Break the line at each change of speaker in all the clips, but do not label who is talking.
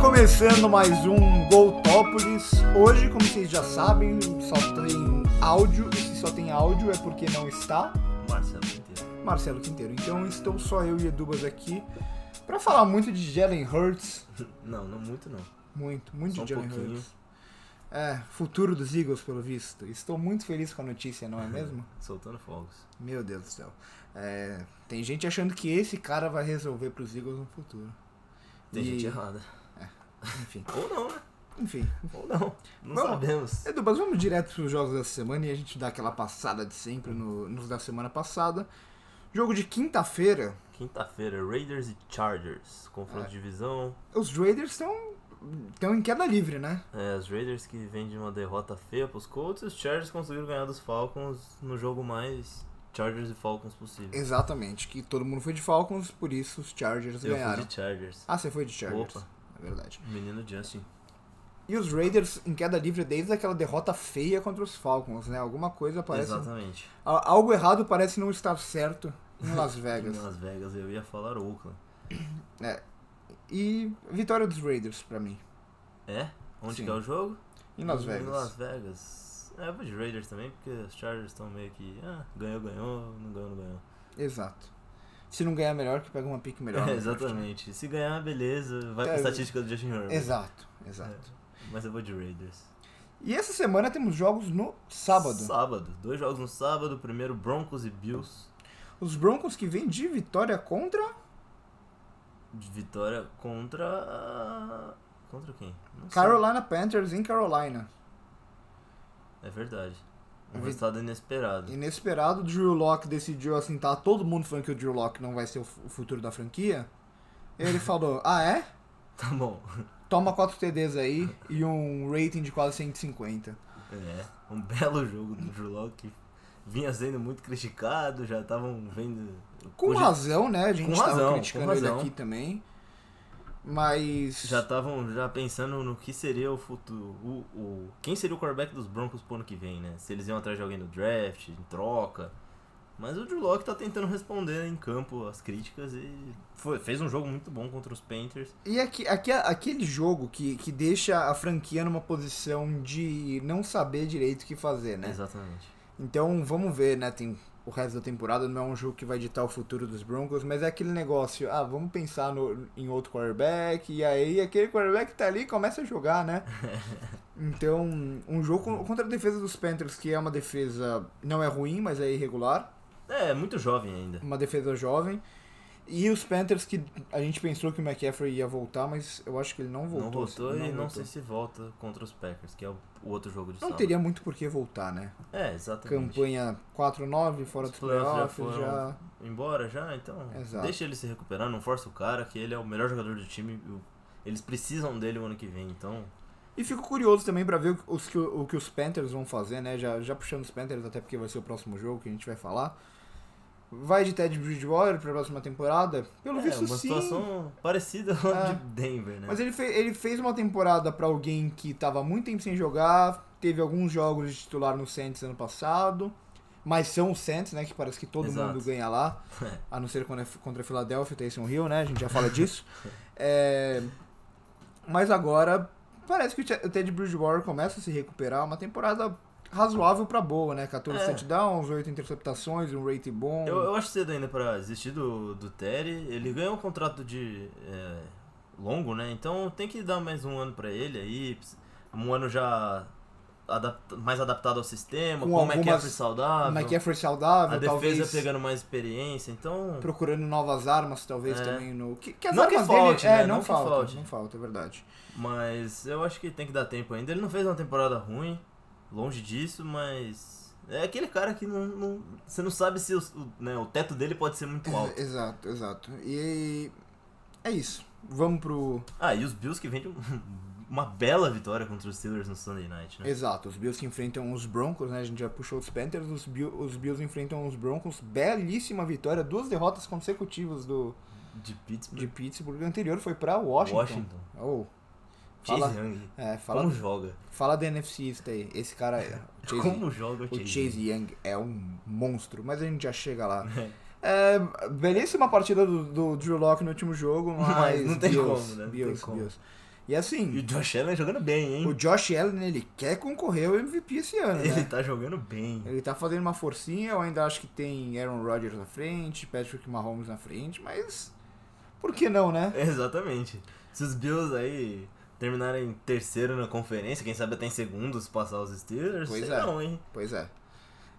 Começando mais um Goltópolis. Hoje, como vocês já sabem, só tem áudio. E se só tem áudio é porque não está
Marcelo inteiro.
Marcelo Quinteiro. Então estou só eu e Edubas aqui para falar muito de Jalen Hurts.
Não, não muito não.
Muito, muito
Só um
de Jalen
pouquinho.
Hurts. É, futuro dos Eagles, pelo visto. Estou muito feliz com a notícia, não é mesmo?
Soltando fogos.
Meu Deus do céu. É, tem gente achando que esse cara vai resolver pros Eagles no futuro.
Tem
E-
gente errada.
Enfim,
Ou não, né?
enfim.
Ou não. Não
Não.
sabemos.
Edu, mas vamos direto pros jogos da semana e a gente dá aquela passada de sempre no- nos da semana passada. Jogo de quinta-feira,
Quinta-feira, Raiders e Chargers.
É.
Confronto de divisão.
os Raiders estão estão em queda livre, né?
É, os Raiders que vêm de uma derrota feia pros Colts e os Chargers conseguiram ganhar dos Falcons no jogo mais Chargers e Falcons possível.
Exatamente, que todo mundo foi de Falcons, por isso os Chargers
Eu
ganharam.
fui de Chargers.
Ah, você foi de Chargers.
Opa.
É verdade.
Menino Justin.
E os Raiders em queda livre desde aquela derrota feia contra os Falcons, né? Alguma coisa parece.
Exatamente.
Al- Algo errado parece não estar certo em Las
Em
Vegas.
Las Vegas eu ia falar Oakland.
E vitória dos Raiders pra mim.
É? Onde
Sim.
que é o jogo?
Em Las
Em
Vegas.
Las Vegas. É, eu vou de Raiders também, porque os Chargers estão meio que. Ah, ganhou, ganhou, não ganhou, não ganhou.
Exato. Se não ganhar melhor, que pega uma pique melhor.
É,
né?
exatamente. Se ganhar, beleza, vai
É,
pra estatística do Justin Herbert. É,
Exato, exato.
Mas eu vou de Raiders.
E essa semana temos jogos no sábado.
Sábado. Dois jogos no sábado. Primeiro, Broncos e Bills.
Os Broncos que vêm de vitória contra.
De vitória contra. Contra quem? Não sei.
Carolina Panthers em Carolina.
É verdade. Um
Vi-
resultado inesperado.
Inesperado, Drew Locke decidiu assim, tá todo mundo falando que o Drew Locke não vai ser o fu- o futuro da franquia. Ele falou, ah é?
Tá bom.
Toma 4 TDs aí e um rating de quase 150.
É, um belo jogo do Drew Locke. que Vinha sendo muito criticado, já estavam vendo.
Com
Hoje-
razão, né? A gente
Com
tava
razão, com
criticando ele
razão.
aqui também. Mas.
Já estavam já pensando no que seria o futuro. O, o- quem seria o quarterback dos Broncos pro ano que vem, né? Se eles iam atrás de alguém no draft, em troca. Mas o Drew Locke tá tentando responder em campo as críticas e foi- fez um jogo muito bom contra os Panthers.
E aqui, aqui- aquele jogo que, que deixa a franquia numa posição de não saber direito o que fazer, né?
Exatamente.
Então vamos ver, né? Tem o resto da temporada, não é um jogo que vai ditar o futuro dos Broncos, mas é aquele negócio, ah, vamos pensar no, em outro quarterback, e aí aquele quarterback tá ali e começa a jogar, né? Então, um jogo contra a defesa dos Panthers, que é uma defesa, não é ruim, mas é irregular
É, muito jovem ainda.
uma defesa jovem. E os Panthers que a gente pensou que o McCaffrey ia voltar, mas eu acho que ele não voltou.
não voltou
assim,
e não
voltou.
sei se volta contra os Packers, que é o, o outro jogo de
Não
sábado.
teria muito por que voltar, né?
É, exatamente.
Campanha 4-9, fora
Os
dos
playoffs já
playoffs,
foram-
já...
Embora já, então.
Exato.
Deixa ele se recuperar, não força o cara, que ele é o melhor jogador do time. o- Eles precisam dele o ano que vem, então.
E fico curioso também pra ver os que- o que os Panthers vão fazer, né? Já, já puxando os Panthers, até porque vai ser o próximo jogo que a gente vai falar. Vai de Ted Bridgewater pra próxima temporada? Pelo
é,
visto,
uma
sim.
situação parecida ao
É.
de Denver, né?
Mas ele, fe ele fez uma temporada pra alguém que tava muito tempo sem jogar, teve alguns jogos de titular no Saints ano passado, mas são os Saints, né, que parece que todo
Exato.
mundo ganha lá, a não ser quando é f- contra a Filadélfia, Taysom Hill, né, a gente já fala disso. É, mas agora parece que o Ted- o Ted Bridgewater começa a se recuperar, uma temporada razoável pra boa, né, 14
É.
touchdowns, 8 interceptações, um rating bom.
Eu, eu acho cedo ainda pra desistir do, do Terry. Ele ganhou um contrato de é, longo, né? Então tem que dar mais um ano pra ele aí. Um ano já adapta- mais adaptado ao sistema, é
Com
com o
algumas-
McCaffrey saudável.
McCaffrey é
a
saudável,
defesa
talvez...
pegando mais experiência, então.
procurando novas armas, talvez
É.
também no. Que, que as
Não que
armas
falte,
dele. É,
né?
não,
Não que
falta.
falte.
Não falta, é verdade.
Mas eu acho que tem que dar tempo ainda. Ele não fez uma temporada ruim, longe disso, mas. É aquele cara que não. não- você não sabe se os- o, né, o teto dele pode ser
É,
muito alto.
Exato, exato. E é isso. Vamos pro.
Ah, e os Bills que vêm de um- uma bela vitória contra os Steelers no Sunday night, né?
Exato. Os Bills que enfrentam os Broncos, né? A gente já puxou os Panthers, os, Bill- os Bills enfrentam os Broncos. Belíssima vitória, duas derrotas consecutivas do,
De
de
Pittsburgh.
Pittsburgh. O anterior foi pra Washington.
Washington.
Oh.
Chase
Fala-
Young.
É, fala,
Como joga?
fala da NFC East aí. Esse cara. Chase-
Como joga
O Chase Young é um monstro, mas a gente já chega lá.
É.
É, belíssima partida do, do Drew Locke no último jogo, mas,
Mas não tem
Bills,
como, né? Não tem
Bills,
como.
Bills. E assim,
E o Josh Allen jogando bem, hein?
o Josh Allen, ele quer concorrer ao MVP esse ano,
Ele
né?
tá jogando bem.
Ele tá fazendo uma forcinha, eu ainda acho que tem Aaron Rodgers na frente, Patrick Mahomes na frente, mas por que não, né?
Exatamente. Se os Bills aí terminarem em terceiro na conferência, quem sabe até em segundos passar os Steelers,
Pois
sei
é.
não, hein?
Pois é.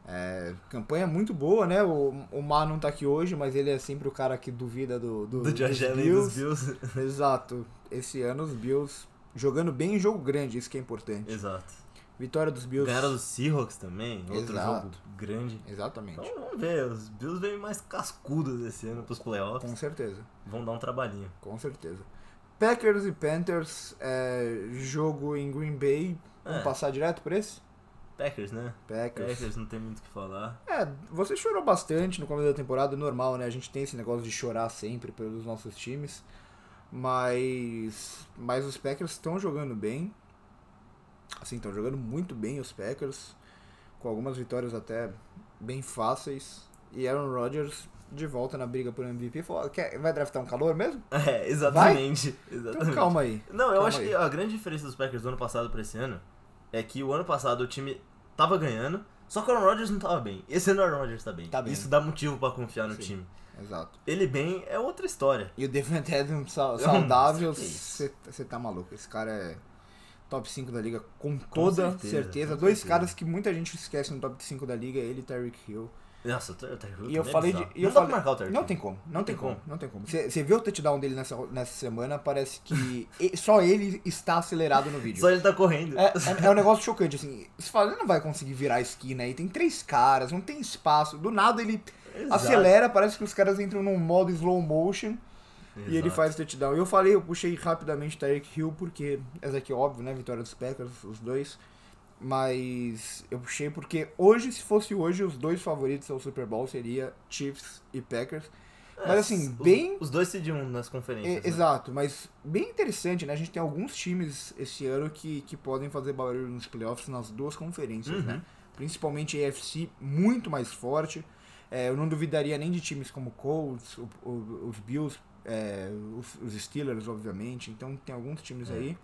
É, campanha muito boa, né? O, o Mar não tá aqui hoje, mas ele é sempre o cara que duvida do, do,
Do
dos
Josh Allen e dos Bills.
Exato. Esse ano os Bills jogando bem em jogo grande, isso que é importante.
Exato.
Vitória dos Bills.
Ganharam dos Seahawks também, outro
Exato.
jogo grande.
Exatamente.
Então vamos ver, os Bills vêm mais cascudos esse ano pros playoffs.
Com certeza.
Vão dar um trabalhinho.
Com certeza. Packers e Panthers, é, jogo em Green Bay. Vamos
É.
passar direto por esse?
Packers, né?
Packers.
Packers não tem muito o que falar.
É, você chorou bastante no começo da temporada, normal, né? A gente tem esse negócio de chorar sempre pelos nossos times. Mas. Mas os Packers estão jogando bem. Assim, estão jogando muito bem os Packers. Com algumas vitórias até bem fáceis. E Aaron Rodgers de volta na briga por MVP. Falou, "Quer- vai draftar um calor mesmo?
É, exatamente. exatamente.
Então calma aí.
Não, eu
Calma
acho
aí.
que a grande diferença dos Packers do ano passado pra esse ano é que o ano passado o time tava ganhando, só que o Aaron Rodgers não tava bem. Esse ano o Aaron Rodgers tá bem.
Tá bem.
Isso dá motivo pra confiar no
Sim.
time.
Exato.
Ele bem é outra história.
E o Devante Adams um sa- saudável,
que isso.
você tá maluco. Esse cara é top 5 da liga com toda certeza.
certeza, com
Dois
certeza.
caras que muita gente esquece no top 5 da liga, ele e Tyreek Hill.
Nossa, o Ter- o Terry Hill
E eu
também é
falei de-
bizarro.
e
Não
eu
dá
falei-
pra marcar o Terry
Não
Hill.
tem como, não, tem
tem
como,
como.
não tem como. Você viu o touchdown dele nessa, nessa semana, parece que e- só ele está acelerado no vídeo.
Só ele tá correndo.
É, é- é um negócio chocante, assim. Você fala, ele não vai conseguir virar a esquina aí. Tem três caras, não tem espaço. Do nada ele
Exato.
acelera, parece que os caras entram num modo slow motion. E ele
Exato.
faz touchdown. E eu falei, eu puxei rapidamente Tyreek Hill, porque essa aqui é óbvio, né? Vitória dos Packers, os dois. Mas eu puxei porque hoje, se fosse hoje, os dois favoritos ao Super Bowl seria Chiefs e Packers. Mas
É,
assim,
os-
bem.
Os dois cediam nas
é,
conferências. né?
Exato, mas bem interessante, né? A gente tem alguns times esse ano que, que podem fazer barulho nos playoffs nas duas conferências,
Uhum.
né? Principalmente a AFC muito mais forte. É, eu não duvidaria nem de times como Colts, o- o- os Bills, é, os, os Steelers, obviamente. Então tem alguns times
É.
aí.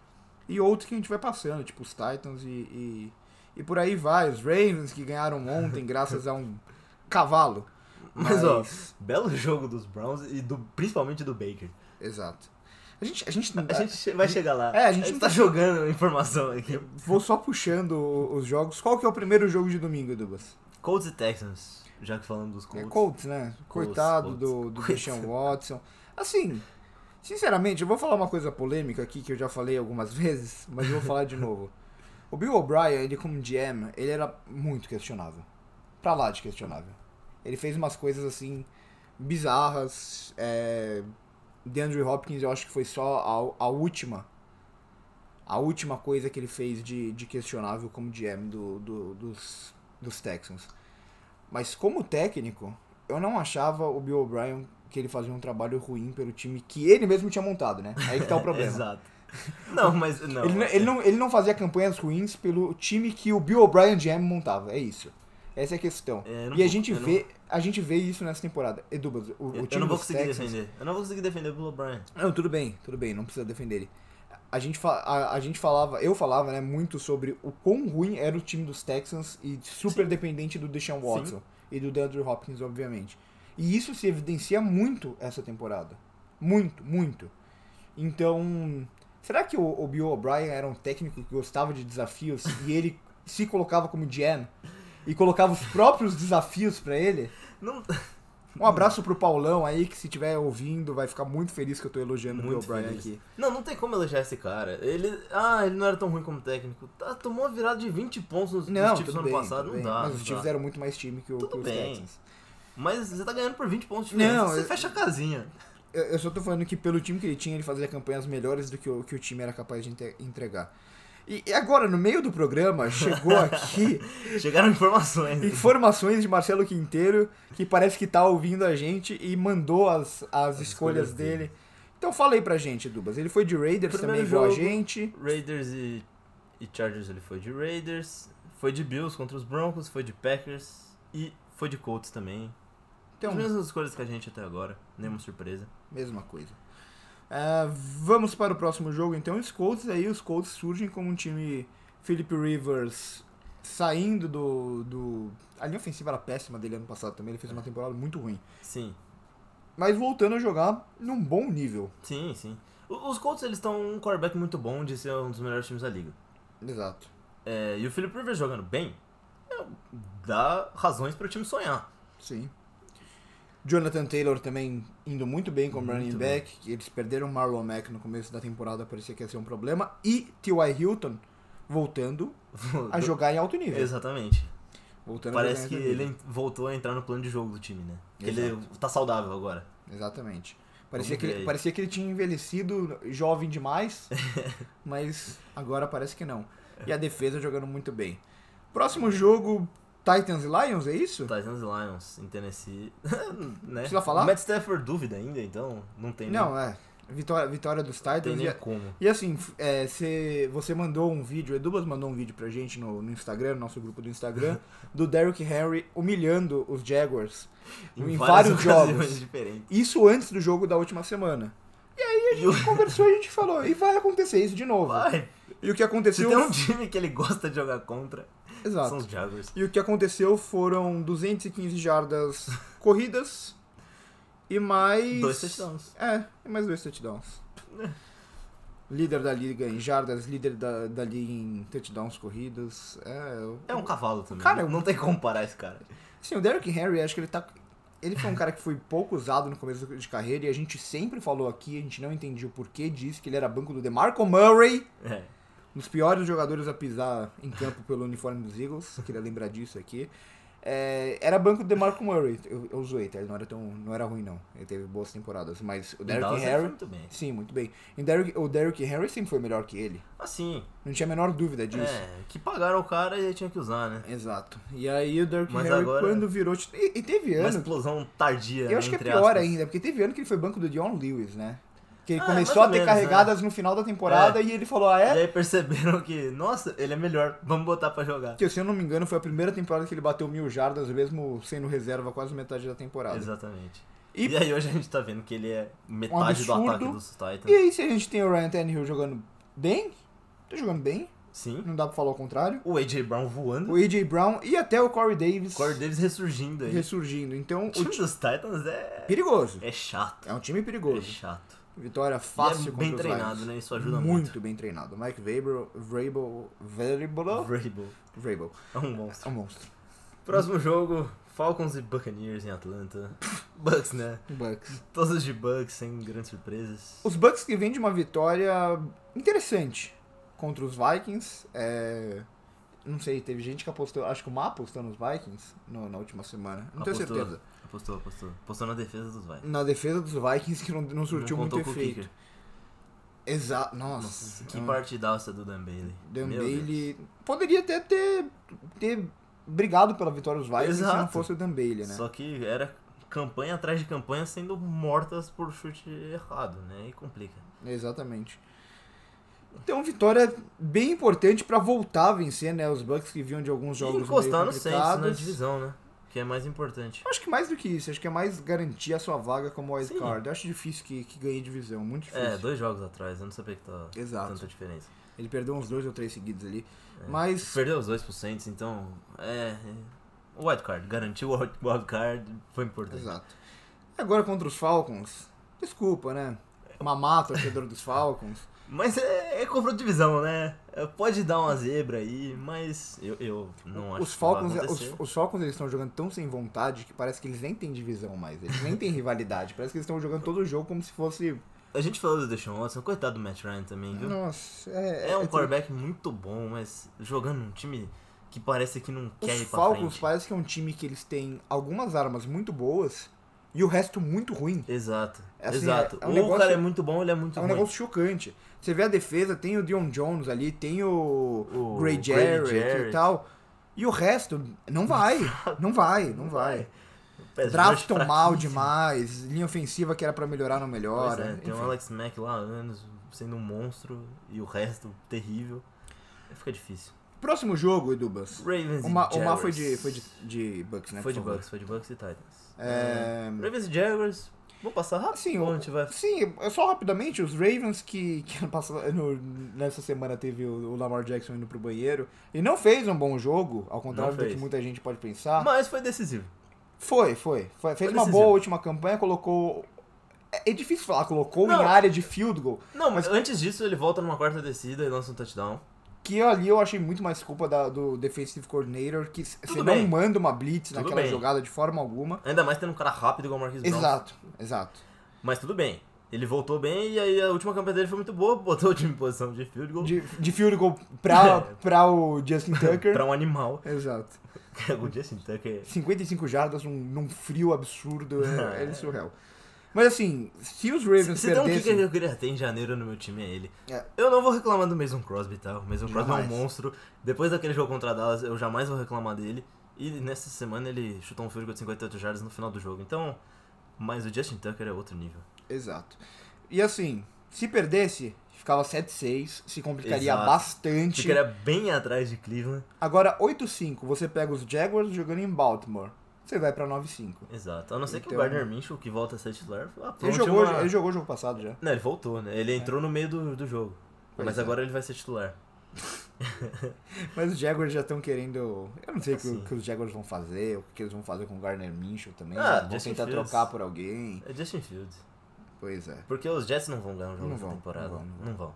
E outros que a gente vai passando, tipo os Titans e, e, e por aí vai. Os Ravens que ganharam ontem graças a um cavalo.
né? Mas, ó, belo jogo dos Browns e do, principalmente do Baker.
Exato. A gente, a gente,
A gente che- vai chegar lá.
É, a gente não-
tá jogando a informação aqui.
Vou só puxando o- os jogos. Qual que é o primeiro jogo de domingo, Dubas?
Colts e Texans, já que falamos dos
É
Colts.
Colts, né?
Colts,
Coitado
Colts.
do, do
Coitado.
Christian Watson. Assim, sinceramente, eu vou falar uma coisa polêmica aqui que eu já falei algumas vezes, mas eu vou falar de novo. O Bill O'Brien, ele como GM, ele era muito questionável. Pra lá de questionável. Ele fez umas coisas assim bizarras. É... DeAndre Hopkins, eu acho que foi só a, a última. A última coisa que ele fez de, de questionável como GM do, do- dos, dos Texans. Mas como técnico, eu não achava o Bill O'Brien que ele fazia um trabalho ruim pelo time que ele mesmo tinha montado, né? Aí que tá o problema.
Exato. Não, mas não. assim,
Ele, não- ele não, ele não fazia campanhas ruins pelo time que o Bill O'Brien GM montava. É isso. Essa é a questão.
É, eu não
e a
vou-
gente,
eu não-
vê, a gente vê isso nessa temporada. Edu, mas o, o time
Eu, eu não vou
dos
conseguir
Texans-
defender. Eu não vou conseguir defender o Bill O'Brien.
Não, tudo bem, tudo bem. Não precisa defender ele. A gente, fa- a, a gente falava, eu falava, né, muito sobre o quão ruim era o time dos Texans e super dependente do Deshaun Watson e do DeAndre Hopkins, obviamente. E isso se evidencia muito essa temporada. Muito, muito. Então, será que o, o Bill O'Brien era um técnico que gostava de desafios e ele se colocava como GM e colocava os próprios desafios pra ele?
Não,
Um abraço pro Paulão aí, que se estiver ouvindo vai ficar muito feliz que eu tô elogiando o Bill
Muito
O'Brien
feliz.
aqui.
não, não tem como elogiar esse cara. Ele. Ah, ele não era tão ruim como técnico. Tá, tomou uma virada de 20 pontos nos,
Não,
nos
tudo
Chiefs no ano
bem,
passado.
tudo bem.
Não dá.
Mas
não
os Chiefs
dá.
eram muito mais time que, o,
Tudo
que os
bem.
Texans.
Mas você tá ganhando por 20 pontos de diferença.
Não,
você
eu-
fecha a casinha.
Eu, eu só tô falando que pelo time que ele tinha, ele fazia campanhas melhores do que o, que o time era capaz de inte- entregar. E, e agora, no meio do programa, chegou aqui
Chegaram informações.
informações de Marcelo Quinteiro, que parece que tá ouvindo a gente e mandou as, as, escolhas,
escolhas
dele.
dele.
Então fala aí pra gente, Dubas. Ele foi de Raiders
Primeiro
também, viu a
jogo.
gente.
Raiders e, e Chargers ele foi de Raiders. Foi de Bills contra os Broncos. Foi de Packers. E foi de Colts também.
Então, Hum.
As mesmas coisas que a gente até agora. Nenhuma surpresa.
mesma coisa. Ah, vamos para o próximo jogo, então, os Colts. Aí os Colts surgem como um time Philip Rivers saindo do, do... A linha ofensiva era péssima dele ano passado também, ele fez
É.
uma temporada muito ruim.
Sim,
Mas voltando a jogar num bom nível.
sim, sim. O- Os Colts, eles estão um quarterback muito bom de ser um dos melhores times da liga.
Exato.
É, e o Philip Rivers jogando bem é, dá razões para o time sonhar.
Sim. Jonathan Taylor também indo muito bem como
Muito
running
bem.
back. Eles perderam Marlon Mack no começo da temporada, parecia que ia ser um problema. E T.Y. Hilton voltando a jogar em alto nível.
Exatamente.
Voltando é a
Parece
jogar
que
em alto nível.
ele voltou a entrar no plano de jogo do time, né? Que ele
Exato.
tá saudável agora.
Exatamente. Parecia
Vamos
que,
ver
ele,
aí.
parecia que ele tinha envelhecido jovem demais, mas agora parece que não. E a defesa jogando muito bem. Próximo jogo, Titans e Lions, é isso?
Titans e Lions em Tennessee. né?
Precisa falar?
Matt Stafford dúvida ainda, então não tem, nem,
Não, é. Vitória, vitória dos
não tem
Titans.
nem
E,
como.
e assim, f- é, cê- você mandou um vídeo, o Edubas mandou um vídeo pra gente no, no Instagram, no nosso grupo do Instagram, do Derrick Henry humilhando os Jaguars. Em vários
várias
jogos.
ocasiões diferentes.
Isso antes do jogo da última semana. E aí a
E o-
gente conversou e a gente falou, e vai acontecer isso de novo.
Vai.
E o que
Se
aconteceu.
tem um time que ele gosta de jogar contra,
é Exato.
são os Jaguars.
E o que aconteceu foram 215 jardas corridas e mais.
Dois touchdowns.
É, e mais dois touchdowns. Líder da liga em jardas, líder da, da liga em touchdowns corridas. É, o-
É um cavalo também.
Cara,
não tem como parar esse cara.
Sim, o Derrick Henry, acho que ele tá. Ele foi um cara que foi pouco usado no começo de carreira e a gente sempre falou aqui, a gente não entendia o porquê disso, que ele era banco do DeMarco Murray.
É.
Um dos piores jogadores a pisar em campo pelo uniforme dos Eagles, queria lembrar disso aqui. É, era banco do DeMarco Murray, eu, eu zoei, tá? Ele não era, tão, não era ruim, não. Ele teve boas temporadas, mas o
Em
Derrick
Dallas ele foi
Henry...
muito bem.
Sim, muito bem. E Derrick- o Derrick Henry sempre foi melhor que ele.
Assim,
Não tinha a menor dúvida disso.
é, que pagaram o cara e ele tinha que usar, né?
Exato. E aí o Derrick
Mas
Henry,
agora-
quando virou... tit- E, e teve
Uma
É ano...
explosão tardia,
Eu acho que é
entre
pior
aspas.
ainda, porque teve ano que ele foi banco do Dion Lewis, né? Que ele
Ah,
começou a
mais ou
ter
menos,
carregadas no final da temporada
É.
e ele falou, ah, é?
E aí perceberam que, nossa, ele é melhor, vamos botar pra jogar.
Que se eu não me engano, foi a primeira temporada que ele bateu mil jardas, mesmo sendo reserva quase metade da temporada.
Exatamente.
E-
E, aí hoje a gente tá vendo que ele é
Um
metade do
absurdo.
ataque dos Titans.
E aí, se a gente tem o Ryan Tannehill jogando bem, tá jogando bem,
Sim.
não dá pra falar o contrário.
O AJ Brown voando.
O A.J. Brown e até o Corey Davis
O Corey Davis ressurgindo aí.
ressurgindo. Então,
O
o
time
time
dos Titans é.
perigoso.
É chato.
É um time
É
perigoso.
chato.
Vitória
E
fácil
é bem
contra os
treinado,
Lions.
né? Isso ajuda muito.
Muito bem treinado. Mike Vrabel, Vrabel, Vrabel,
Vrabel
Vrabel,
é um
é
monstro.
um monstro.
Próximo jogo: Falcons e Buccaneers em Atlanta. Bucks, né?
Bucks.
Todos de Bucks, sem grandes surpresas.
Os Bucks que vêm de uma vitória interessante contra os Vikings. é, Não sei, teve gente que apostou, acho que o Má apostou nos Vikings no- na última semana. Não tenho
Apostou.
certeza.
Apostou, apostou. Apostou na defesa dos Vikings.
Na defesa dos Vikings que não, não surtiu
Não
muito
contou com o
efeito.
kicker.
Exato. Nossa.
Nossa, que
é um-
partidaça do Dan Bailey.
Dan
Meu
Bailey. Poderia até ter, ter brigado pela vitória dos Vikings se não
Exato.
fosse o Dan Bailey, né?
Só que era campanha atrás de campanha sendo mortas por chute errado, né? E complica.
Exatamente. Então, vitória bem importante pra voltar a vencer, né? Os Bucks que vinham de alguns jogos
e encostar
meio
no Saints na
complicados.
divisão, né? Que é mais importante.
Eu Acho que mais do que isso, acho que é mais garantir a sua vaga como
Sim.
wildcard. Eu acho difícil que, que ganhe divisão, muito difícil.
É, dois jogos atrás, eu não sabia que tá
Exato.
tanta diferença.
Ele perdeu uns dois ou três seguidos ali.
É.
Mas
Perdeu os dois pro Saints, então é. é... O wildcard, garantiu o wild- wildcard, foi importante.
Exato. Agora contra os Falcons, desculpa, né? Mamar torcedor dos Falcons.
Mas é, é confronto de divisão, né? É, Pode dar uma zebra aí, mas eu, eu não acho
os
que vai
Falcons, os,
acontecer.
os Falcons eles estão jogando tão sem vontade que parece que eles nem têm divisão mais, eles nem têm rivalidade. Parece que eles estão jogando todo o jogo como se fosse
A gente falou do Deshaun Watson, coitado do Matt Ryan também, viu?
Nossa, é,
É um
é-
quarterback muito bom, mas jogando num time que parece que não quer
tipo, Os
ir pra
Falcons
frente.
parece que é um time que eles têm algumas armas muito boas e o resto muito ruim.
Exato,
É assim,
exato.
é- é um
ou
negócio-
o cara é muito bom, ou ele é muito
É um
ruim.
negócio chocante. Você vê a defesa, tem o Dion Jones ali, tem o,
O
Gray
Grady
Jarrett, e
Jarrett.
tal. E o resto não vai, não vai, não vai.
Pés
Draftam
rush
mal
fraquíssimo.
demais, linha ofensiva que era pra melhorar não
Pois
melhora.
é, tem o
enfim.
Alex Mack lá há anos sendo um monstro e o resto terrível. Aí Fica difícil.
Próximo jogo, Edubas.
Ravens
O Ma,
e
o Ma
Jaguars.
foi de, foi de, de Bucks, né?
Foi
por
de
favor.
Bucks, foi de Bucks e Titans.
É,
Ravens e Jaguars, Vamos passar rápido?
Sim,
ou
Assim, o-
a gente vai...
Sim, só rapidamente, os Ravens que, que ano passado- no- nessa semana teve o, o Lamar Jackson indo pro banheiro e não fez um bom jogo, ao contrário do
fez.
que muita gente pode pensar.
Mas foi decisivo.
Foi, foi, foi. Fez uma
decisivo.
boa última campanha, colocou. É é difícil falar, colocou
Não.
em área de field goal,
Não, mas antes disso ele volta numa quarta descida e lança um touchdown.
que ali eu achei muito mais culpa da- do defensive coordinator, que se- você
Tudo
não
bem.
manda uma blitz
Tudo
naquela
bem.
jogada de forma alguma.
Ainda mais tendo um cara rápido igual o Marquis Brown.
Exato, exato.
Mas tudo bem. Ele voltou bem e aí a última campanha dele foi muito boa, botou o time em posição de field goal
De, de field goal pra, pra o Justin Tucker.
É. pra um animal. É,
Exato.
o Justin Tucker
55 jardas num, num frio absurdo, é,
É.
é surreal. Mas assim, se os Ravens
Se tem um kicker que
perdessem...
eu queria ter em janeiro no meu time é ele.
É.
Eu não vou reclamar do Mason Crosby, tá? O Mason Crosby é um
Jamais.
monstro. Depois daquele jogo contra a Dallas, eu jamais vou reclamar dele. E nessa semana ele chutou um field goal de 58 jardas no final do jogo. Então, mas o Justin Tucker é outro nível.
Exato. E assim, se perdesse, ficava 7-6, se complicaria
Exato.
bastante.
Ficaria é bem atrás de Cleveland.
Agora, 8-5, você pega os Jaguars jogando em Baltimore. Você vai pra 9-5.
Exato. A não ser que o
Então-
Gardner Minshew, que volta a ser titular,
Ele
apronte
jogou,
uma...
ele jogou o jogo passado já.
Não, ele voltou, né? Ele entrou no meio do, do jogo.
É. Pois
mas
é.
agora ele vai ser titular.
Mas os Jaguars já estão querendo. Eu não sei o que, o
Assim.
que os Jaguars vão fazer, o que eles vão fazer com o Garner Minshew também.
Ah,
vão
Justin
tentar
Fields.
trocar por alguém.
É Justin Fields.
Pois é.
Porque os Jets não vão ganhar um jogo
Não
nessa
vão, não
temporada.
vão, não vão.
Não vão.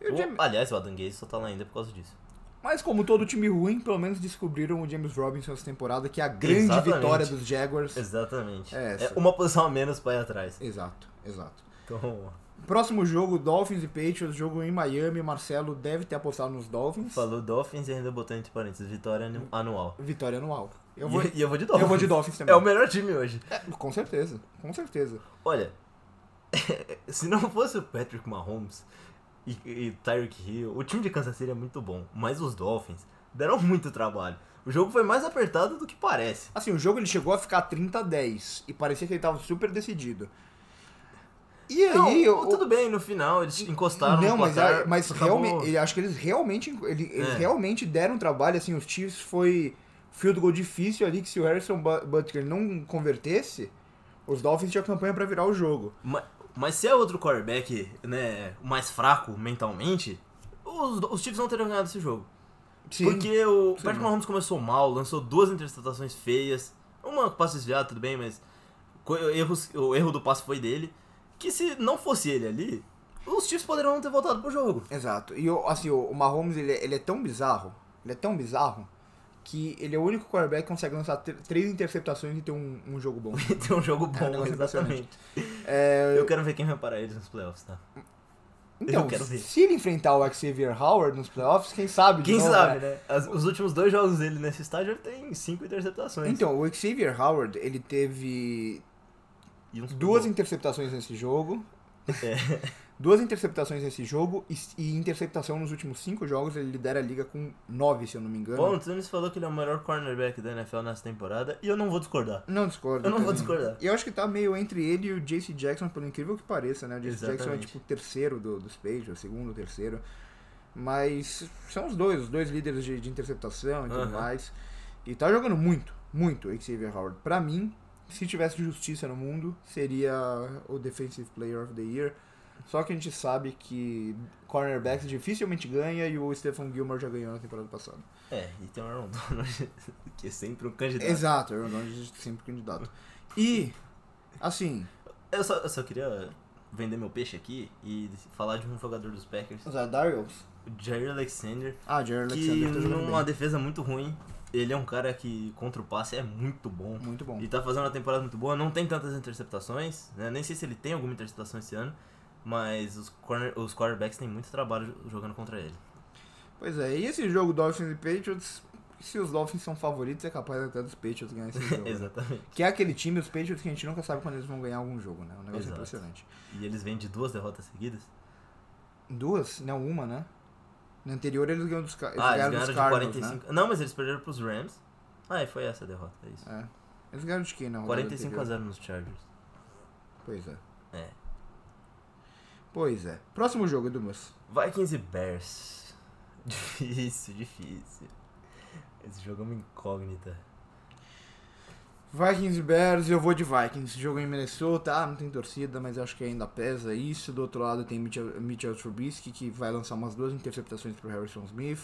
E o
O-
James-
Aliás, o Adam Gaze só tá lá ainda por causa disso.
Mas como todo time ruim, pelo menos descobriram o James Robinson essa temporada, que é a grande
Exatamente.
vitória dos Jaguars.
Exatamente.
É essa.
uma posição a menos pra ir atrás.
Exato, exato.
Então,
Próximo jogo, Dolphins e Patriots, jogo em Miami. Marcelo deve ter apostado nos Dolphins.
falou Dolphins e ainda botou entre parênteses, vitória anu- anual.
Vitória anual. Eu vou,
e, e eu vou de Dolphins.
eu vou de Dolphins também.
É o melhor time hoje.
Com certeza, com certeza.
Olha, se não fosse o Patrick Mahomes e, e Tyreek Hill, o time de Kansas City é muito bom, mas os Dolphins deram muito trabalho. O jogo foi mais apertado do que parece.
Assim, o jogo ele chegou a ficar 30 a 10 e parecia que ele tava super decidido. E
não,
aí, eu-
tudo bem, no final eles encostaram
não,
no
mas,
placar,
a- mas
acabou.
realmente, ele- acho que eles realmente, ele- eles
É.
realmente deram trabalho, assim, os Chiefs foi field goal difícil ali que se o Harrison Bu- Butker não convertesse, os Dolphins tinham campanha pra virar o jogo.
Ma- Mas se é outro quarterback, né, mais fraco mentalmente, os, os Chiefs não teriam ganhado esse jogo.
Sim,
Porque o
Sim.
Patrick Mahomes começou mal, lançou duas interceptações feias, uma passe desviado, tudo bem, mas co- erros, o erro do passe foi dele, que se não fosse ele ali, os Chiefs poderiam não ter voltado pro jogo.
exato. E o- assim, o o Mahomes, ele, é- ele é tão bizarro, ele é tão bizarro que ele é o único quarterback que consegue lançar tr- três interceptações e ter um, um jogo bom.
E ter um jogo
É um
bom,
negócio
exatamente.
É,
Eu quero ver quem vai parar eles nos playoffs, tá?
Então,
Eu quero ver.
se ele enfrentar o Xavier Howard nos playoffs, quem sabe? de
Quem
novo,
sabe,
né?
né? As- os últimos dois jogos dele nesse estágio, ele tem cinco interceptações.
Então, o Xavier Howard, ele teve
E uns-
duas interceptações nesse jogo.
É.
Duas interceptações nesse jogo e, e interceptação nos últimos cinco jogos. Ele lidera a liga com nove, se eu não me engano.
Bom, o Tunis falou que ele é o melhor cornerback da NFL nessa temporada e eu não vou discordar.
Não discordo.
Eu não vou
também.
discordar.
E eu acho que tá meio entre ele e o JC Jackson, pelo incrível que pareça, né? O JC Jackson é
Exatamente.
tipo o terceiro do, dos Patriots, o segundo, o terceiro. Mas são os dois, os dois líderes de, de interceptação e tudo
Aham.
mais. E tá jogando muito, muito o Xavier Howard. Pra mim, se tivesse justiça no mundo, seria o Defensive Player of the Year. Só que a gente sabe que cornerbacks dificilmente ganha e o Stephen Gilmore já ganhou na temporada passada.
É, e tem o Aaron Donald, que é sempre um candidato.
Exato, Aaron Rodgers é sempre candidato. E, assim,
Eu só, eu só queria vender meu peixe aqui e falar de um jogador dos Packers,
Os Darius?
o Jerry Alexander,
Ah, Jair
que
Alexander tá jogando
numa
bem.
defesa muito ruim, ele é um cara que contra o passe é muito bom.
Muito bom.
E tá fazendo uma temporada muito boa, não tem tantas interceptações, né? Nem sei se ele tem alguma interceptação esse ano, mas os, corner, os quarterbacks têm muito trabalho jogando contra ele.
Pois é, e esse jogo Dolphins e Patriots, se os Dolphins são favoritos, é capaz até dos Patriots ganhar esse jogo. né?
Exatamente.
Que é aquele time, os Patriots, que a gente nunca sabe quando eles vão ganhar algum jogo, né? Um negócio
Exato.
impressionante.
E eles vêm de duas derrotas seguidas.
Duas? Não, uma, né? No anterior eles ganharam dos, Ca- eles
ah, eles
ganharam
ganharam de
dos Cardinals, né?
45. Não, mas eles perderam pros Rams. Ah, e foi essa a derrota, é isso.
né? É. Eles ganharam de quem na rodada
45 a
anterior?
0 nos Chargers.
Pois é.
É.
Pois é. Próximo jogo, Dumas.
Vikings e Bears. Difícil, difícil. Esse jogo é uma incógnita.
Vikings e Bears, eu vou de Vikings. Jogo em Minnesota, ah, não tem torcida, mas acho que ainda pesa isso. Do outro lado tem Mitchell, Mitchell Trubisky, que vai lançar umas duas interceptações pro Harrison Smith.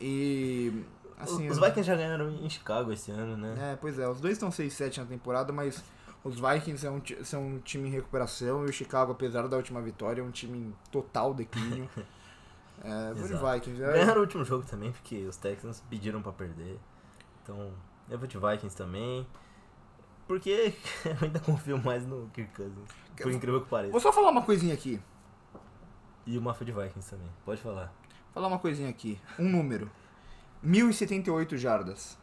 E. Assim,
Os Vikings já ganharam em Chicago esse ano, né?
É, pois é, os dois estão 6-7 na temporada, mas os Vikings são, um ti- são um time em recuperação e o Chicago, apesar da última vitória, é um time em total declínio. É, vou de
Exato.
Vikings. é.
Ganharam o último jogo também, porque os Texans pediram pra perder. Então, eu vou de Vikings também. Porque eu ainda confio mais no Kirk Cousins. Por incrível que pareça.
Vou só falar uma coisinha aqui.
E o Mafia de Vikings também. Pode falar.
Falar uma coisinha aqui. Um número: 1078 jardas.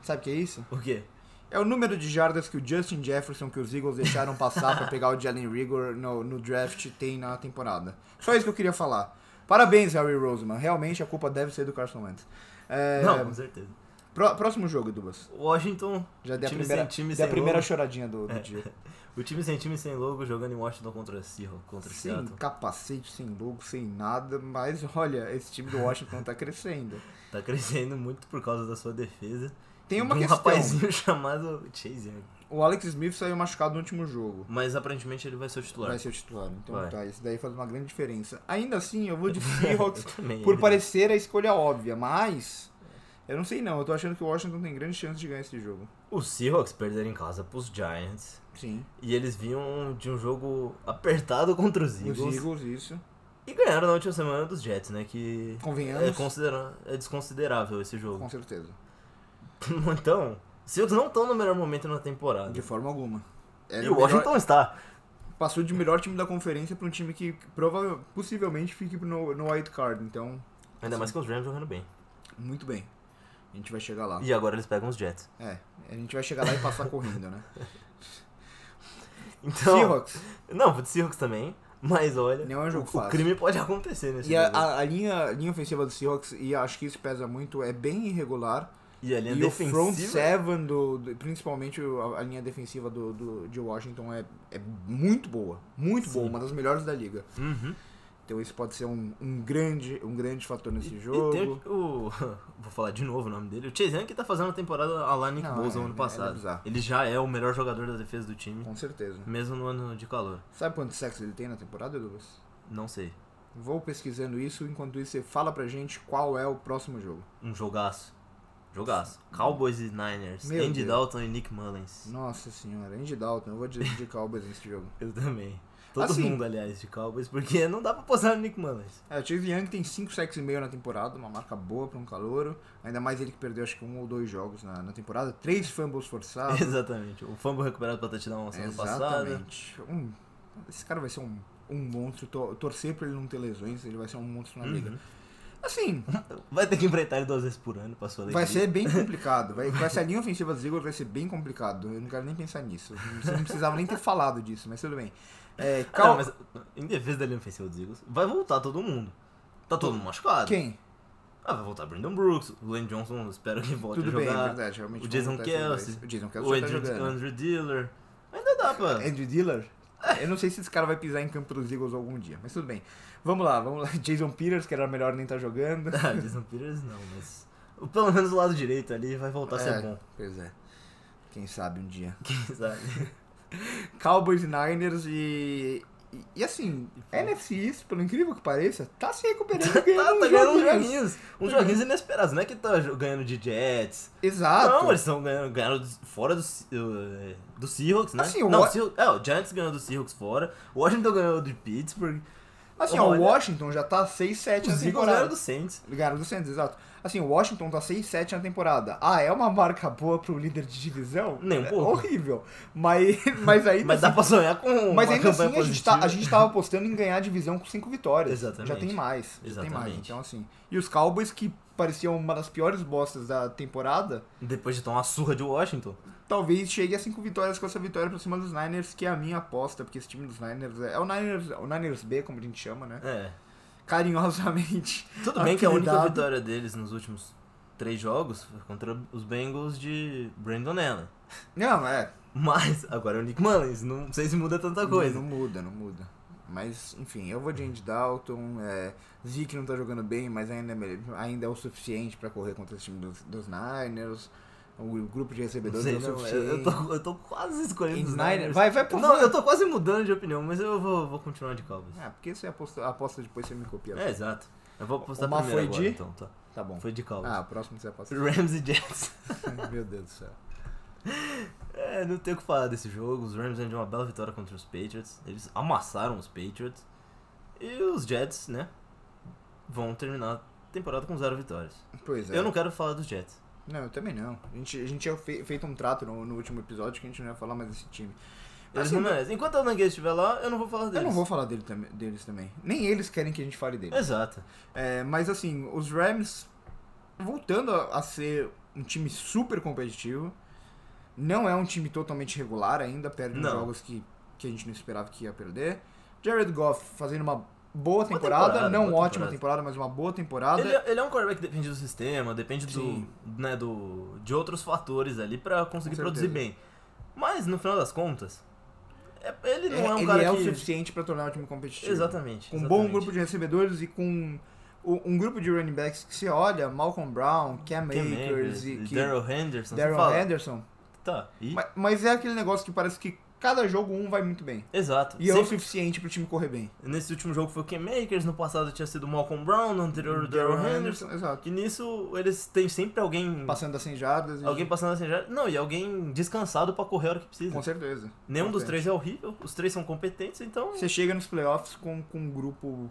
Sabe o que é isso?
O quê?
É o número de jardas que o Justin Jefferson, que os Eagles deixaram passar pra pegar o Jalen Rigor no, no draft, tem na temporada. Só isso que eu queria falar. Parabéns, Harry Roseman. Realmente a culpa deve ser do Carson Wentz. É,
Não, com certeza.
pró- próximo jogo, Dubas.
Washington.
Já dei a
time
primeira,
sem time
dei a
sem
primeira
logo. É, tá
choradinha do, do dia.
O time sem time sem logo jogando em Washington contra Seahawks, contra
Sem
Seattle.
capacete, sem logo, sem nada. Mas olha, esse time do Washington tá crescendo.
Tá crescendo muito por causa da sua defesa.
Tem uma
de um
questão.
rapazinho chamado Chase Young.
O Alex Smith saiu machucado no último jogo.
Mas aparentemente ele vai ser o titular.
Vai ser o titular. Então
Vai.
tá, isso daí faz uma grande diferença. Ainda assim, eu vou de Seahawks
também.
por
ele-
parecer a escolha óbvia, mas. Eu não sei não, eu tô achando que o Washington tem grande chance de ganhar esse jogo.
Os Seahawks perderam em casa pros Giants.
Sim.
E eles vinham de um jogo apertado contra os
Os
Eagles.
Eagles, isso.
E ganharam na última semana dos Jets, né? Que é,
Convenhamos.
considera... é desconsiderável esse
Com
jogo.
certeza.
então, os Seahawks não estão no melhor momento na temporada.
De forma alguma. Era
E
o
o
melhor-
Washington está.
Passou de melhor time da conferência pra um time que prova... possivelmente fique no, no white card. Então,
Ainda mais que os Rams jogando bem.
muito bem. A gente vai chegar lá.
E agora eles pegam os Jets.
É, a gente vai chegar lá e passar correndo, né?
Então,
Seahawks.
Não, vou de Seahawks também. Mas olha,
Não é um jogo
o,
fácil.
o crime pode acontecer nesse
E a,
jogo.
a- a linha, a linha ofensiva do Seahawks, e acho que isso pesa muito, é bem irregular.
e a linha
e
defensiva.
o front seven, do, do- principalmente o- a, a linha defensiva do, do- de Washington, é, é muito boa. Muito
Sim.
boa, uma das melhores da liga.
Uhum.
Então isso pode ser um, um grande, um grande fator nesse
E-
jogo.
E tem o, o- Vou falar de novo o nome dele. O Chase Young que tá fazendo a temporada a lá Nick
Não, é-
Bosa no ano
é
passado.
bizarro.
ele já é o melhor jogador da defesa do time,
Com certeza.
mesmo no ano de calor.
Sabe quantos sacks ele tem na temporada, Douglas?
Não sei.
Vou pesquisando isso, enquanto isso você fala pra gente qual é o próximo jogo.
Um jogaço. Jogaço. Cowboys e Niners.
Meu
Andy
Deus.
Dalton e Nick Mullins.
Nossa senhora, Andy Dalton, eu vou de, de Cowboys nesse jogo.
Eu também. Todo
Assim-
mundo, aliás, de Cowboys, porque não dá pra posar no Nick Mullins.
É, o Chase Young tem 5 sacks e meio na temporada, uma marca boa pra um calouro. Ainda mais ele que perdeu acho que um ou dois jogos na, na temporada. Três fumbles forçados.
Exatamente. O fumble recuperado pra touchdown semana passada.
Tá. Exatamente. Um- esse cara vai ser um, um monstro. Tor- torcer pra ele não ter lesões, ele vai ser um monstro na liga.
Uhum.
Assim,
Vai ter que enfrentar ele duas vezes por ano, pra sua
vai
alegria.
ser bem complicado. Vai, com essa linha ofensiva dos Eagles vai ser bem complicado. Eu não quero nem pensar nisso. Você não precisava nem ter falado disso, mas tudo bem. É,
Ah, não,
Cal...
mas em defesa da linha ofensiva dos Eagles, vai voltar todo mundo. Tá todo mundo machucado.
Quem?
Ah, vai voltar Brandon Brooks, o Lane Johnson, espero que volte
Tudo
a
bem, é
jogar.
verdade. Realmente
o Jason
vão voltar esses
Kelce,
dois. O Jason
o
Kelsey tá
Andrew,
jogando. É.
Andrew Diller. Ainda dá pra.
Andrew Diller? Eu não sei se esse cara vai pisar em campo dos Eagles algum dia, mas tudo bem. Vamos lá, vamos lá. Jason Peters, que era melhor nem estar jogando.
Ah, Jason Peters não, mas. o- Pelo menos o lado direito ali vai voltar a
É.
ser bom.
Pois é. Quem sabe um dia.
Quem sabe?
Cowboys e Niners e. E, e assim, a NFC isso, pelo incrível que pareça, tá se recuperando e
tá,
ganhando
tá
uns
ganhando uns
joguinhos.
joguinhos. Uns joguinhos inesperados. Não é que tá jo- ganhando de Jets.
Exato.
Não, eles estão ganhando, ganharam dos- fora do, Se- eh, do Seahawks, né?
Assim, o
não,
Wa-
Seahawks- é, o Giants ganhou do Seahawks fora, o Washington ganhou de Pittsburgh,
assim, ó,
Olha.
o Washington já tá 6-7 na
os Eagles ganharam
temporada.
do Saints.
Ligaram do Santos, exato. Assim, o Washington tá 6-7 na temporada. Ah, é uma marca boa pro líder de divisão?
Nem um
É
pouco.
horrível. Mas, mas tá ainda assim,
Mas dá pra sonhar com
Mas
uma
ainda assim,
campanha
a gente, tá, a
positiva.
gente tava apostando em ganhar a divisão com cinco vitórias.
Exatamente.
Já tem mais. Já tem mais.
Exatamente.
Então, assim. E os Cowboys, que pareciam uma das piores bostas da temporada,
Depois de tomar uma surra de Washington.
talvez chegue a cinco vitórias com essa vitória pra cima dos Niners, que é a minha aposta, porque esse time dos Niners é, é o Niners, o Niners B, como a gente chama, né?
É.
Carinhosamente.
Tudo bem que a única
Apelidado.
vitória deles nos últimos três jogos foi contra os Bengals de Brandon Allen.
Não, é.
Mas agora é o Nick Mullins, não sei se muda tanta coisa.
Não, não muda, não muda. Mas, enfim, eu vou de Andy Dalton. É, Zeke não tá jogando bem, mas ainda é, melhor- ainda é o suficiente pra correr contra esse time dos, dos Niners. o grupo de
Não
recebedores
sei,
é o
não,
suficiente.
eu, eu tô, eu tô quase escolhendo os
Snyder-
Niners.
vai, vai pro
Não, eu tô quase mudando de opinião, mas eu vou, vou continuar de Cowboys.
Ah, porque você aposta, aposta depois você me copia.
É, exato. Eu vou apostar
Uma
primeiro
foi
agora,
de-
então. Tá.
Tá bom.
Foi de Cowboys.
Ah, próximo você aposta.
Rams e Jets.
Meu Deus do céu.
É, não tem o que falar desse jogo. Os Rams vêm de uma bela vitória contra os Patriots. Eles amassaram os Patriots. E os Jets, né? Vão terminar a temporada com zero vitórias.
Pois é.
Eu não quero falar dos Jets.
Não, eu também não. A gente, a gente tinha fe- feito um trato no, no último episódio que a gente não ia falar mais desse time.
Eles
Assim,
não merecem. Enquanto o Nuggets estiver lá, eu não vou falar deles.
eu não vou falar dele tam- deles também. Nem eles querem que a gente fale deles.
Exato.
É, mas assim, os Rams voltando a, a ser um time super competitivo. Não é um time totalmente regular ainda, perde uns
Não.
jogos que, que a gente não esperava que ia perder. Jared Goff fazendo uma boa temporada,
temporada,
não
boa
ótima
temporada.
temporada, mas uma boa temporada.
Ele, é- ele é um quarterback que depende do sistema, depende do,
Ah, Sim.
né, do, de outros fatores ali pra conseguir
Com
produzir
certeza.
bem. Mas, no final das contas, é- ele não é, um
ele
cara
é o
que...
suficiente pra tornar o time competitivo.
Exatamente.
Com um bom
exatamente.
grupo de recebedores e com o- um grupo de running backs que se olha, Malcolm Brown, Cam
Cam
Akers e que-
Daryl Henderson. você
Darrell
fala,
Henderson.
Tá, e...
Ma- Mas, é aquele negócio que parece que cada jogo um vai muito bem.
Exato.
E é o
Sempre-
suficiente pro time correr bem.
Nesse último jogo foi o Cam Akers, no passado tinha sido o Malcolm Brown, no anterior o Daryl Henderson.
Exato.
E nisso eles têm sempre alguém...
Passando das 100 jardas. e-
Alguém passando assim já... Não, e alguém descansado pra correr a hora que precisa.
Com certeza.
Nenhum dos
Competente.
três é horrível, os três são competentes, então...
Você chega nos playoffs com, com um grupo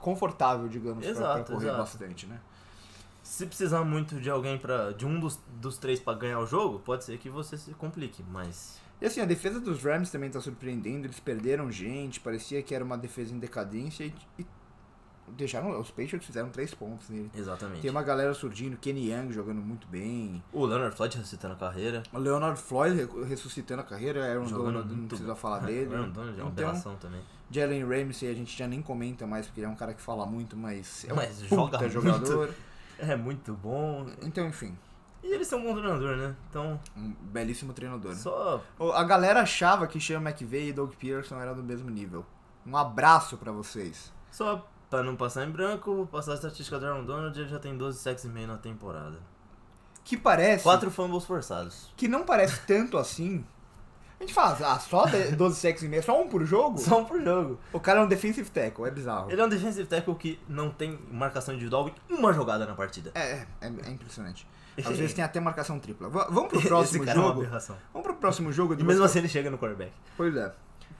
confortável, digamos, pra- pra,
Exato,
correr
exato.
bastante, né?
Se precisar muito de alguém para de um dos, dos três pra ganhar o jogo, pode ser que você se complique, mas
E assim, a defesa dos Rams também tá surpreendendo. Eles perderam gente, parecia que era uma defesa em decadência e, e deixaram. Os Patriots fizeram três pontos nele.
exatamente.
Tem uma galera surgindo, Kenny Young jogando muito bem.
O Leonard Floyd ressuscitando a carreira,
O Leonard Floyd re- ressuscitando a carreira, Aaron
Jogando
Donald, não
muito
precisa falar dele.
Aaron Donald é uma
Então,
aberração também.
Jalen Ramsey a gente já nem comenta mais, porque ele é um cara que fala muito, mas é um
Mas
puta
joga muito.
jogador.
É muito bom.
Então, enfim,
E eles são um bom treinador, né? Então,
um belíssimo treinador.
só
O- A galera achava que Sean McVay e Doug Peterson eram do mesmo nível. Um abraço pra vocês.
só para não passar em branco, vou passar a estatística do Aaron Donald, ele já tem 12 sacks e meio na temporada.
Que parece
Quatro fumbles forçados.
que não parece tanto assim. A gente fala, ah, só de- 12 sacks e meio, só um por jogo?
Só um por jogo.
O cara é um defensive tackle, é bizarro.
Ele é um defensive tackle que não tem marcação individual em uma jogada na partida.
É, é, é impressionante. Às vezes tem até marcação tripla. Va- vamos pro próximo
Esse cara é uma
jogo.
aberração.
Vamos pro próximo jogo.
E mesmo assim ele chega no quarterback.
Pois é.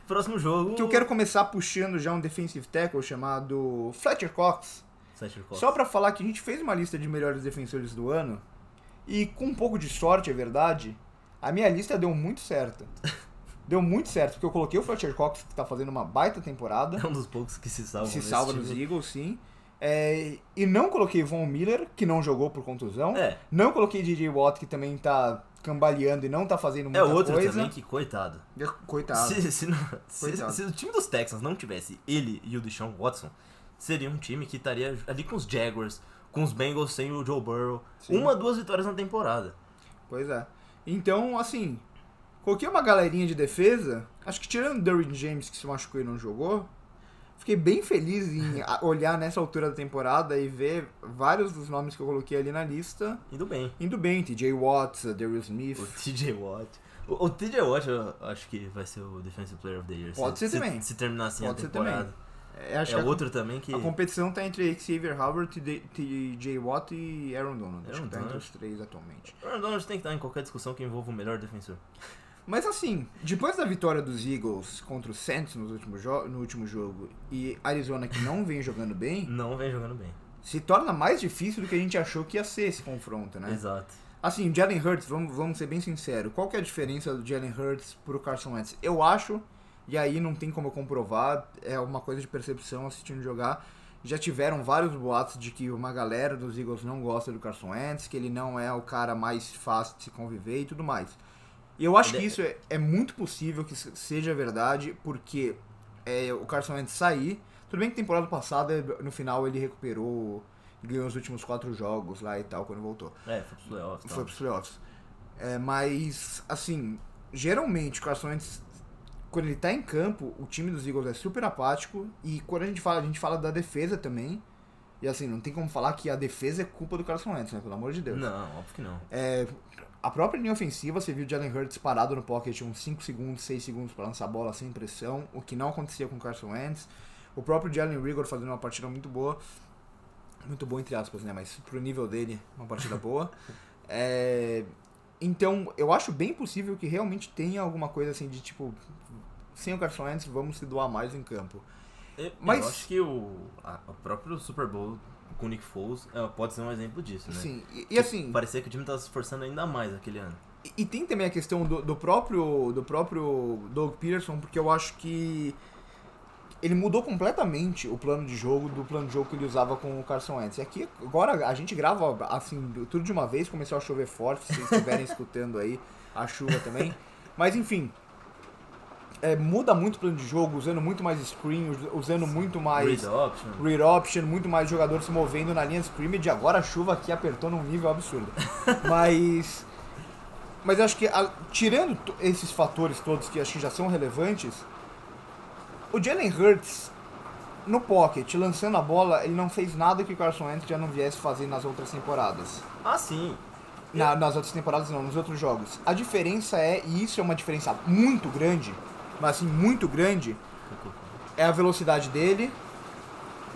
Próximo jogo.
Que eu quero começar puxando já um defensive tackle chamado Fletcher Cox.
Fletcher Cox.
Só pra falar que a gente fez uma lista de melhores defensores do ano. E com um pouco de sorte, é verdade, a minha lista deu muito certo. Deu muito certo, porque eu coloquei o Fletcher Cox, que tá fazendo uma baita temporada.
É um dos poucos que se salva.
se salva nos Eagles, sim. É, e não coloquei Von Miller, que não jogou por contusão.
É,
Não coloquei DJ Watt, que também tá cambaleando e não tá fazendo muita
é outro
coisa.
também que, coitado.
Coitado.
Se, se não- se-
Coitado.
se o time dos Texans não tivesse ele e o Deshaun Watson, seria um time que estaria ali com os Jaguars, com os Bengals sem o Joe Burrow.
Sim.
Uma, duas vitórias na temporada.
Pois é. Então, assim, coloquei uma galerinha de defesa. Acho que tirando o Derwin James, que se machucou e não jogou, fiquei bem feliz em a- olhar nessa altura da temporada e ver vários dos nomes que eu coloquei ali na lista
Indo bem.
indo bem. TJ Watts, Daryl Smith.
O TJ Watt. O, o TJ Watt eu acho que vai ser o Defensive Player of the Year.
Pode
se,
ser também.
Se, se terminar assim
Pode
a
ser
temporada.
É, acho
É
que a-
outro também que.
a, competição tá entre Xavier Howard, TD TJ Watt e Aaron Donald. acho
Aaron
que tá entre
Donald.
os três atualmente.
O Aaron Donald tem que estar em qualquer discussão que envolva o melhor defensor.
Mas assim, depois da vitória dos Eagles contra os Saints nos últimos jo- no último jogo e Arizona que não vem jogando bem,
Não vem jogando bem.
se torna mais difícil do que a gente achou que ia ser esse confronto, né?
Exato.
Assim, o Jalen Hurts, vamos, vamos ser bem sinceros, qual que é a diferença do Jalen Hurts pro Carson Wentz? Eu acho, e aí não tem como eu comprovar, é uma coisa de percepção assistindo jogar, já tiveram vários boatos de que uma galera dos Eagles não gosta do Carson Wentz, que ele não é o cara mais fácil de se conviver e tudo mais. E eu acho que
Ele-
isso é, é muito possível que se- seja verdade, porque é, o Carson Wentz sair. Tudo bem que temporada passada, no final, ele recuperou, ganhou os últimos quatro jogos lá e tal, quando voltou.
É, foi pro playoffs. e tal.
Foi pros playoffs. É, mas, assim, geralmente o Carson Wentz, quando ele tá em campo, o time dos Eagles é super apático. E quando a gente fala, a gente fala da defesa também. E assim, não tem como falar que a defesa é culpa do Carson Wentz, né? Pelo amor de Deus.
Não, óbvio que não.
É, a própria linha ofensiva, você viu o Jalen Hurts parado no pocket uns 5 segundos, 6 segundos para lançar a bola sem pressão, o que não acontecia com o Carson Wentz. O próprio Jalen Rigor fazendo uma partida muito boa. Muito boa, entre aspas, né? Mas pro nível dele, uma partida boa. É, então, eu acho bem possível que realmente tenha alguma coisa assim de tipo. Sem o Carson Wentz, vamos se doar mais em campo.
Eu,
Mas-
eu acho que o, a- o próprio Super Bowl com o Nick Foles é, pode ser um exemplo disso, né?
Sim, e, e
Que
assim.
Parecia que o time tava se esforçando ainda mais aquele ano.
E, e tem também a questão do, do próprio do próprio Doug Peterson, porque eu acho que ele mudou completamente o plano de jogo do plano de jogo que ele usava com o Carson Wentz. E aqui agora a gente grava assim tudo de uma vez, começou a chover forte, se vocês estiverem escutando aí a chuva também. Mas enfim, é, muda muito o plano de jogo, usando muito mais screen, us- usando muito mais
Read option.
read option, muito mais jogador se movendo na linha de scrimmage. Agora a chuva aqui apertou num nível absurdo. Mas. Mas eu acho que, a- tirando to- esses fatores todos que acho que já são relevantes, o Jalen Hurts no pocket, lançando a bola, ele não fez nada que o Carson Wentz já não viesse fazer nas outras temporadas.
Ah, sim.
Na- nas outras temporadas não, nos outros jogos. A diferença é, e isso é uma diferença muito grande, mas assim, muito grande, é a velocidade dele.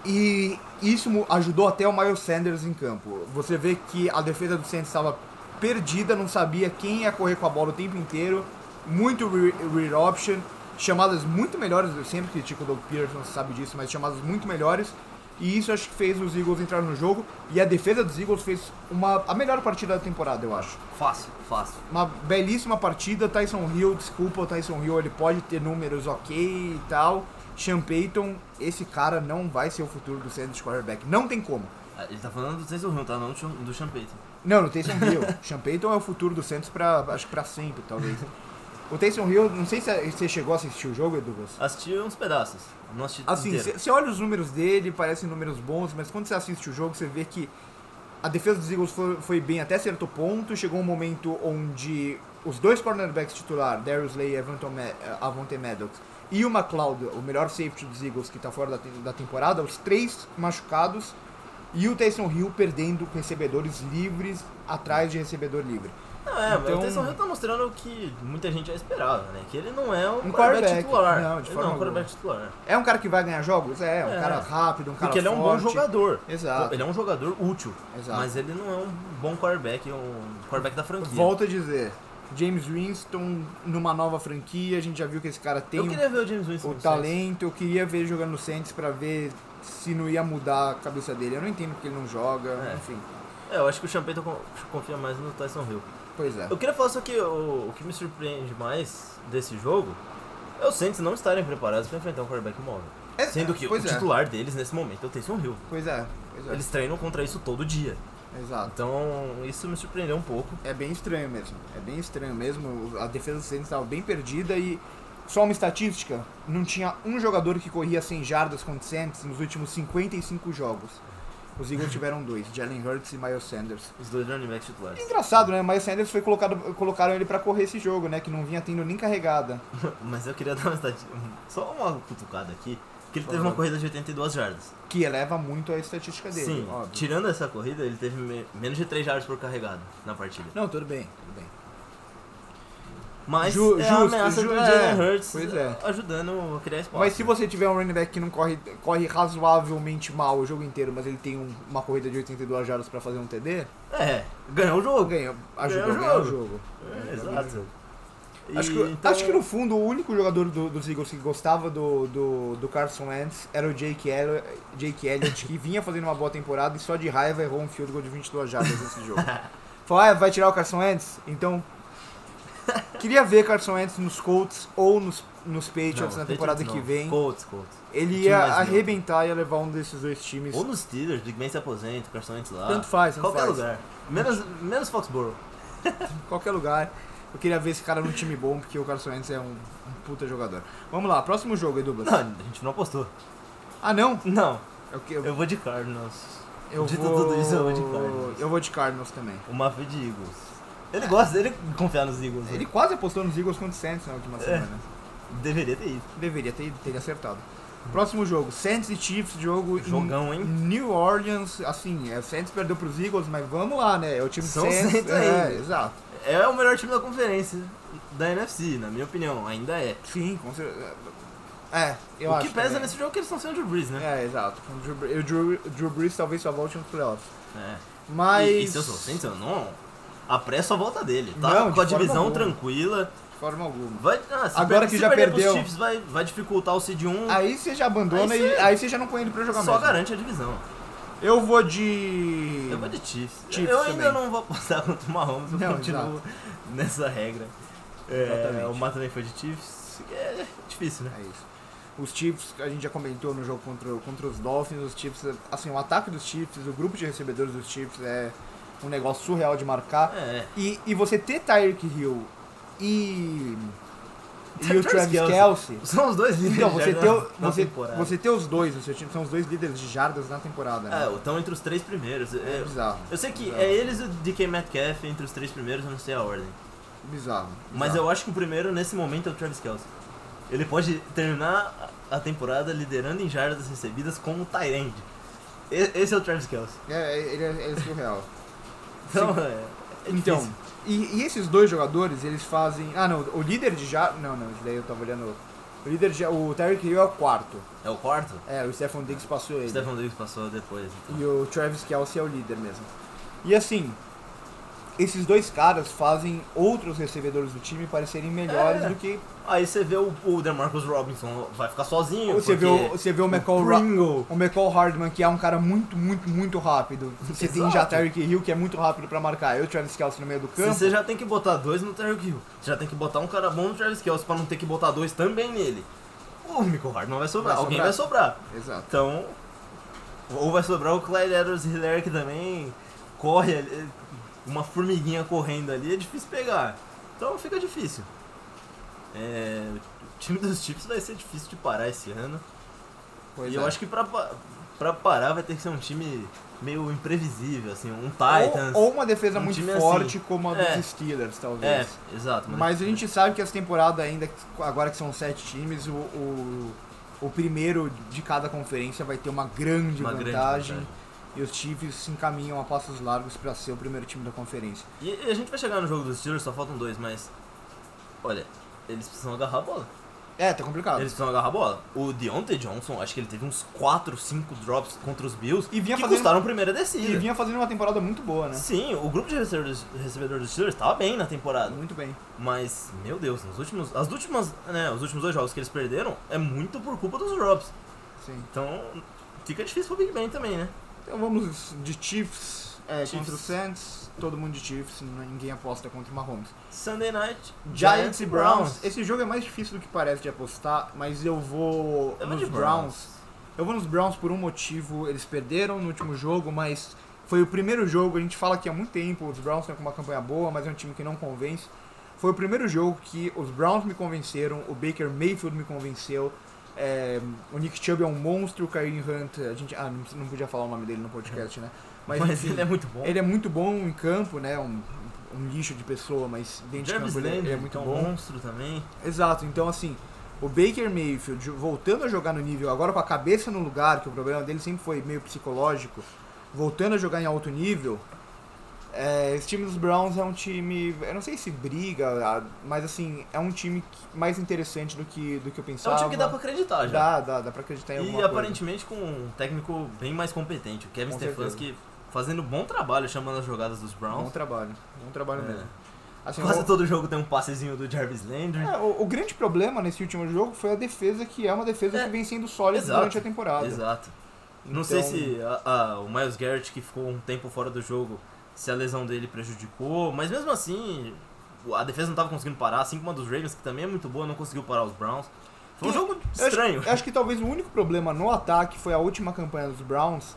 E isso mu- ajudou até o Miles Sanders em campo. Você vê que a defesa do Saints estava perdida, não sabia quem ia correr com a bola o tempo inteiro. Muito re- read option, chamadas muito melhores. Eu sempre critico o Doug Peterson, você sabe disso, mas chamadas muito melhores. E isso acho que fez os Eagles entrar no jogo. E a defesa dos Eagles fez uma, a melhor partida da temporada, eu acho
Fácil, fácil.
uma belíssima partida. Tyson Hill, desculpa, o Tyson Hill ele pode ter números ok e tal. Sean Payton, esse cara não vai ser o futuro do Santos quarterback. Não tem como.
Ah, Ele tá falando do Taysom Hill, tá? Não do Sean- do Champeito.
Não, o Taysom Hill. Sean Payton é o futuro do Santos pra, acho que pra sempre, talvez. O Taysom Hill, não sei se você chegou a assistir o jogo, Edu. você-
Assisti uns pedaços. Não assisti
Assim,
inteiro.
você olha os números dele, parecem números bons, mas quando você assiste o jogo, você vê que a defesa dos Eagles foi, foi bem até certo ponto. Chegou um momento onde os dois cornerbacks titular, Darius Lay e Avante Me- eh, Avante Maddox, e o McLeod, o melhor safety dos Eagles que está fora da, te- da temporada, os três machucados, e o Taysom Hill perdendo recebedores livres atrás de recebedor livre.
Não, é, mas
Então-
o Taysom Hill tá mostrando o que muita gente já esperava, né? Que ele não é um,
Um
quarterback
quarterback.
titular.
Não, de
Ele
forma
não é um quarterback titular.
É um cara que vai ganhar jogos? É, um
É.
cara rápido, um cara
Porque ele é um bom
forte.
jogador.
Exato,
Ele é um jogador útil.
exato.
Mas ele não é um bom quarterback, é um quarterback da franquia.
Volto a dizer, James Winston numa nova franquia, a gente já viu que esse cara tem
Eu queria ver o James Winston.
o
no Saints.
talento, eu queria ver ele jogando no Saints pra ver se não ia mudar a cabeça dele. Eu não entendo porque ele não joga,
É.
enfim.
É, eu acho que o Champeito confia mais no Tyson Hill.
Pois é.
Eu queria falar só que o, o que me surpreende mais desse jogo é os Saints não estarem preparados para enfrentar um quarterback móvel.
É,
Sendo que
pois
o
é.
titular deles nesse momento é o Taysom Hill.
Pois é, pois é.
Eles treinam contra isso todo dia.
Exato.
Então, isso me surpreendeu um pouco.
É bem estranho mesmo. É bem estranho mesmo. A defesa do Saints estava bem perdida e só uma estatística, não tinha um jogador que corria 100 jardas contra o Saints nos últimos 55 jogos. Os Eagles tiveram dois, Jalen Hurts e Miles Sanders.
Os dois running backs titulares.
Engraçado, né? Mas o Sanders foi colocado, colocaram ele pra correr esse jogo, né? Que não vinha tendo nem carregada.
Mas eu queria dar uma estati- um, só uma cutucada aqui, que ele
Por
teve uma
favor.
corrida de 82 jardas.
Que eleva muito a estatística dele,
Sim,
óbvio.
tirando essa corrida, ele teve me- menos de 3 jardas por carregado na partida.
Não, tudo bem, tudo bem.
Mas
Ju-
é
justo,
a ameaça
ju-
do
é,
Jalen Hurts
pois é.
ajudando a criar espaço.
Mas se você tiver um running back que não corre, corre razoavelmente mal o jogo inteiro, mas ele tem um- uma corrida de 82 jardas pra fazer um TD,
É, ganhou o jogo.
ganha, ajuda a
Ganhou o
ganhar o
jogo.
jogo.
É, exato. E
Acho, que,
então-
acho que no fundo o único jogador do- dos Eagles que gostava do, do, do Carson Wentz era o Jake, El, Jake Elliott, que vinha fazendo uma boa temporada e só de raiva errou um field goal de 22 jardas nesse jogo. Falou, ah, vai tirar o Carson Wentz? Então. Queria ver Carson Wentz nos Colts ou nos, nos
Não,
Patriots na
Patriots
temporada que
não.
vem.
Colts, Colts.
Ele
time
ia
mais neutro.
arrebentar e ia levar um desses dois times.
Ou nos Steelers, Big Ben se aposenta, Carson Wentz lá.
Tanto faz, tanto
Qualquer
faz.
lugar. Menos, menos Foxborough.
qualquer lugar. Eu queria ver esse cara num time bom, porque o Carson Wentz é um, um puta jogador. Vamos lá, próximo jogo, Edu. Blas.
Não, a gente não apostou.
Ah, não?
Não,
Eu, eu,
eu vou de Cardinals.
Eu
Dito
vou...
tudo isso, eu vou de Cardinals.
Eu vou de Cardinals também.
O Mafia de Eagles. Ele gosta, ele confiar nos Eagles. né?
Ele
É.
quase apostou nos Eagles contra o Saints na última semana.
Deveria ter ido.
Deveria ter, ter acertado. Próximo jogo, Saints e Chiefs, jogo
Jogão,
em
hein?
New Orleans. Assim, é, o Saints perdeu pros Eagles, mas vamos lá, né? É o time do
São
Saints.
Saints
é,
ainda.
exato.
É o melhor time da conferência da NFC, na minha opinião, ainda é.
Sim, com certeza. É, eu
o
acho.
que pesa
também.
nesse jogo é que eles estão sem o Drew Brees, né?
É, exato. Com o Drew, Bre- e o Drew, o Drew Brees talvez só volte nos playoffs.
É.
Mas.
E, e se eu sou Saints, eu não. A pressa volta dele, tá?
Não, de
Com
forma
a divisão
alguma.
tranquila.
De forma alguma.
Vai, ah, se
Agora
per-
que
se
já
perder
perdeu.
Pros Chiefs vai, vai dificultar o seed 1,
Aí você já abandona
Aí
e
você-
aí você já não põe ele pra jogar
só
mais.
garante a divisão.
Eu vou de.
Eu vou de Chiefs.
Chiefs
eu ainda
também.
não vou apostar contra o Mahomes, eu
Não,
continuo nessa regra. É,
Exatamente.
o Mato também foi de Chiefs. É difícil, né?
É isso. Os Chiefs, a gente já comentou no jogo contra, contra os Dolphins, os Chiefs, assim, o ataque dos Chiefs, o grupo de recebedores dos Chiefs é um negócio surreal de marcar.
É.
E, e você ter Tyreek Hill e, e o
Tá Travis
Travis
Kelce.
Kelsey,
São os dois líderes
então,
de
você
jardas
ter, o-
na
você,
temporada.
você ter os dois no seu time, são os dois líderes de jardas na temporada, né?
É, estão entre os três primeiros.
É,
Eu,
bizarro.
eu sei que
bizarro,
é eles e o DK Metcalf entre os três primeiros, eu não sei a ordem.
Bizarro.
Mas
bizarro.
eu acho que o primeiro nesse momento é o Travis Kelce. Ele pode terminar a temporada liderando em jardas recebidas como Tyrande. Esse é o Travis Kelce.
É, ele é, ele é surreal.
Então, é, é
Então,
difícil.
e, e esses dois jogadores, eles fazem. Ah, não, o líder de já. Não, não, isso daí eu tava olhando. outro. O líder de. O Tyreek Hill é o quarto.
é o quarto?
É, o Stephon Diggs passou ele.
O Stefan Diggs passou depois. então.
E o Travis Kelsey é o líder mesmo. E assim, esses dois caras fazem outros recebedores do time parecerem melhores
É.
do que.
Aí você vê o, o DeMarcus Robinson vai ficar sozinho.
Você vê, o,
porque
você vê o McCall Ra-
Pringle.
O McCall Hardman, que é um cara muito, muito, muito rápido. Você tem já
Exato.
Tyreek Hill, que é muito rápido pra marcar. Eu, Travis Kelsey, no meio do
Se
campo.
você já tem que botar dois no Tyreek Hill, você já tem que botar um cara bom no Travis Kelce pra não ter que botar dois também nele. O Michael Hardman vai sobrar,
Vai sobrar.
alguém vai sobrar.
Exato.
Então, ou vai sobrar o Clyde Edwards Hilaire que também corre ali, uma formiguinha correndo ali, é difícil pegar. Então fica difícil. É, o time dos Chiefs vai ser difícil de parar esse ano.
Pois
e eu
é.
acho que pra, pa- pra parar vai ter que ser um time meio imprevisível, assim, um
Ou-
Titans.
Ou, uma defesa
um
muito
time
forte como a dos
É.
Steelers,
É,
talvez.
exato.
um Mas a gente sabe que essa temporada ainda, agora que são sete times, o, o, o primeiro de cada conferência vai ter uma grande,
uma grande
vantagem, E os Chiefs se encaminham a passos largos para ser o primeiro time da conferência.
E e a gente vai chegar no jogo dos Steelers, só faltam dois, mas. Olha, eles precisam agarrar a bola.
É, tá complicado.
Eles precisam agarrar a bola. O Deontay Johnson, acho que ele teve uns 4, 5 drops contra os Bills
E vinha
que
fazendo-
custaram primeira descida.
E vinha fazendo uma temporada muito boa, né?
Sim, o grupo de recebedores, recebedores dos Steelers tava bem na temporada.
Muito bem.
Mas, meu Deus, nos últimos, as últimas, né, os últimos dois jogos que eles perderam é muito por culpa dos drops.
Sim.
Então, fica difícil pro Big Ben também, né?
Então vamos de Chiefs, é,
Chiefs.
contra o Saints, todo mundo de Chiefs, ninguém aposta contra o Mahomes.
Sunday Night,
Giants e Browns. Esse jogo é mais difícil do que parece de apostar, mas eu vou
Eu vou
nos
de
Browns. Eu vou nos Browns por um motivo. Eles perderam no último jogo, mas foi o primeiro jogo. A gente fala que há muito tempo os Browns estão com uma campanha boa, mas é um time que não convence. Foi o primeiro jogo que os Browns me convenceram, o Baker Mayfield me convenceu. é, o Nick Chubb é um monstro, o Kareem Hunt, a gente ah, não, não podia falar o nome dele no podcast, né?
Mas,
enfim,
ele é muito bom.
ele é muito bom em campo, né? Um, um lixo de pessoa, mas dentro
Jarvis
de campo ele-
Landry,
ele é muito
que é um
bom.
monstro também.
Exato, então assim, o Baker Mayfield voltando a jogar no nível, agora com a cabeça no lugar, que o problema dele sempre foi meio psicológico, voltando a jogar em alto nível, é, esse time dos Browns é um time, eu não sei se briga, ah, mas assim, é um time que- mais interessante do que, do que eu
É
pensava.
um time que dá pra acreditar já.
Dá, dá, dá pra acreditar em alguma
E
coisa.
aparentemente com um técnico bem mais competente, o Kevin
Com
Stefanski fazendo bom trabalho chamando as jogadas dos
Bom
Browns.
trabalho, bom trabalho
É.
mesmo. Assim,
Quase
o-
todo jogo tem um passezinho do Jarvis Landry.
é, o, o grande problema nesse último jogo foi a defesa, que é uma defesa
É.
que vem sendo sólida
Exato.
durante a temporada.
Exato. Não sei
Então-
se a- a- o Miles Garrett, que ficou um tempo fora do jogo, se a lesão dele prejudicou, mas mesmo assim, a defesa não tava conseguindo parar, assim como a dos Ravens, que também é muito boa, não conseguiu parar os Browns. Foi um
E-
jogo
Eu acho-
estranho.
Eu acho, que é- talvez o único problema no ataque foi a última campanha dos Browns,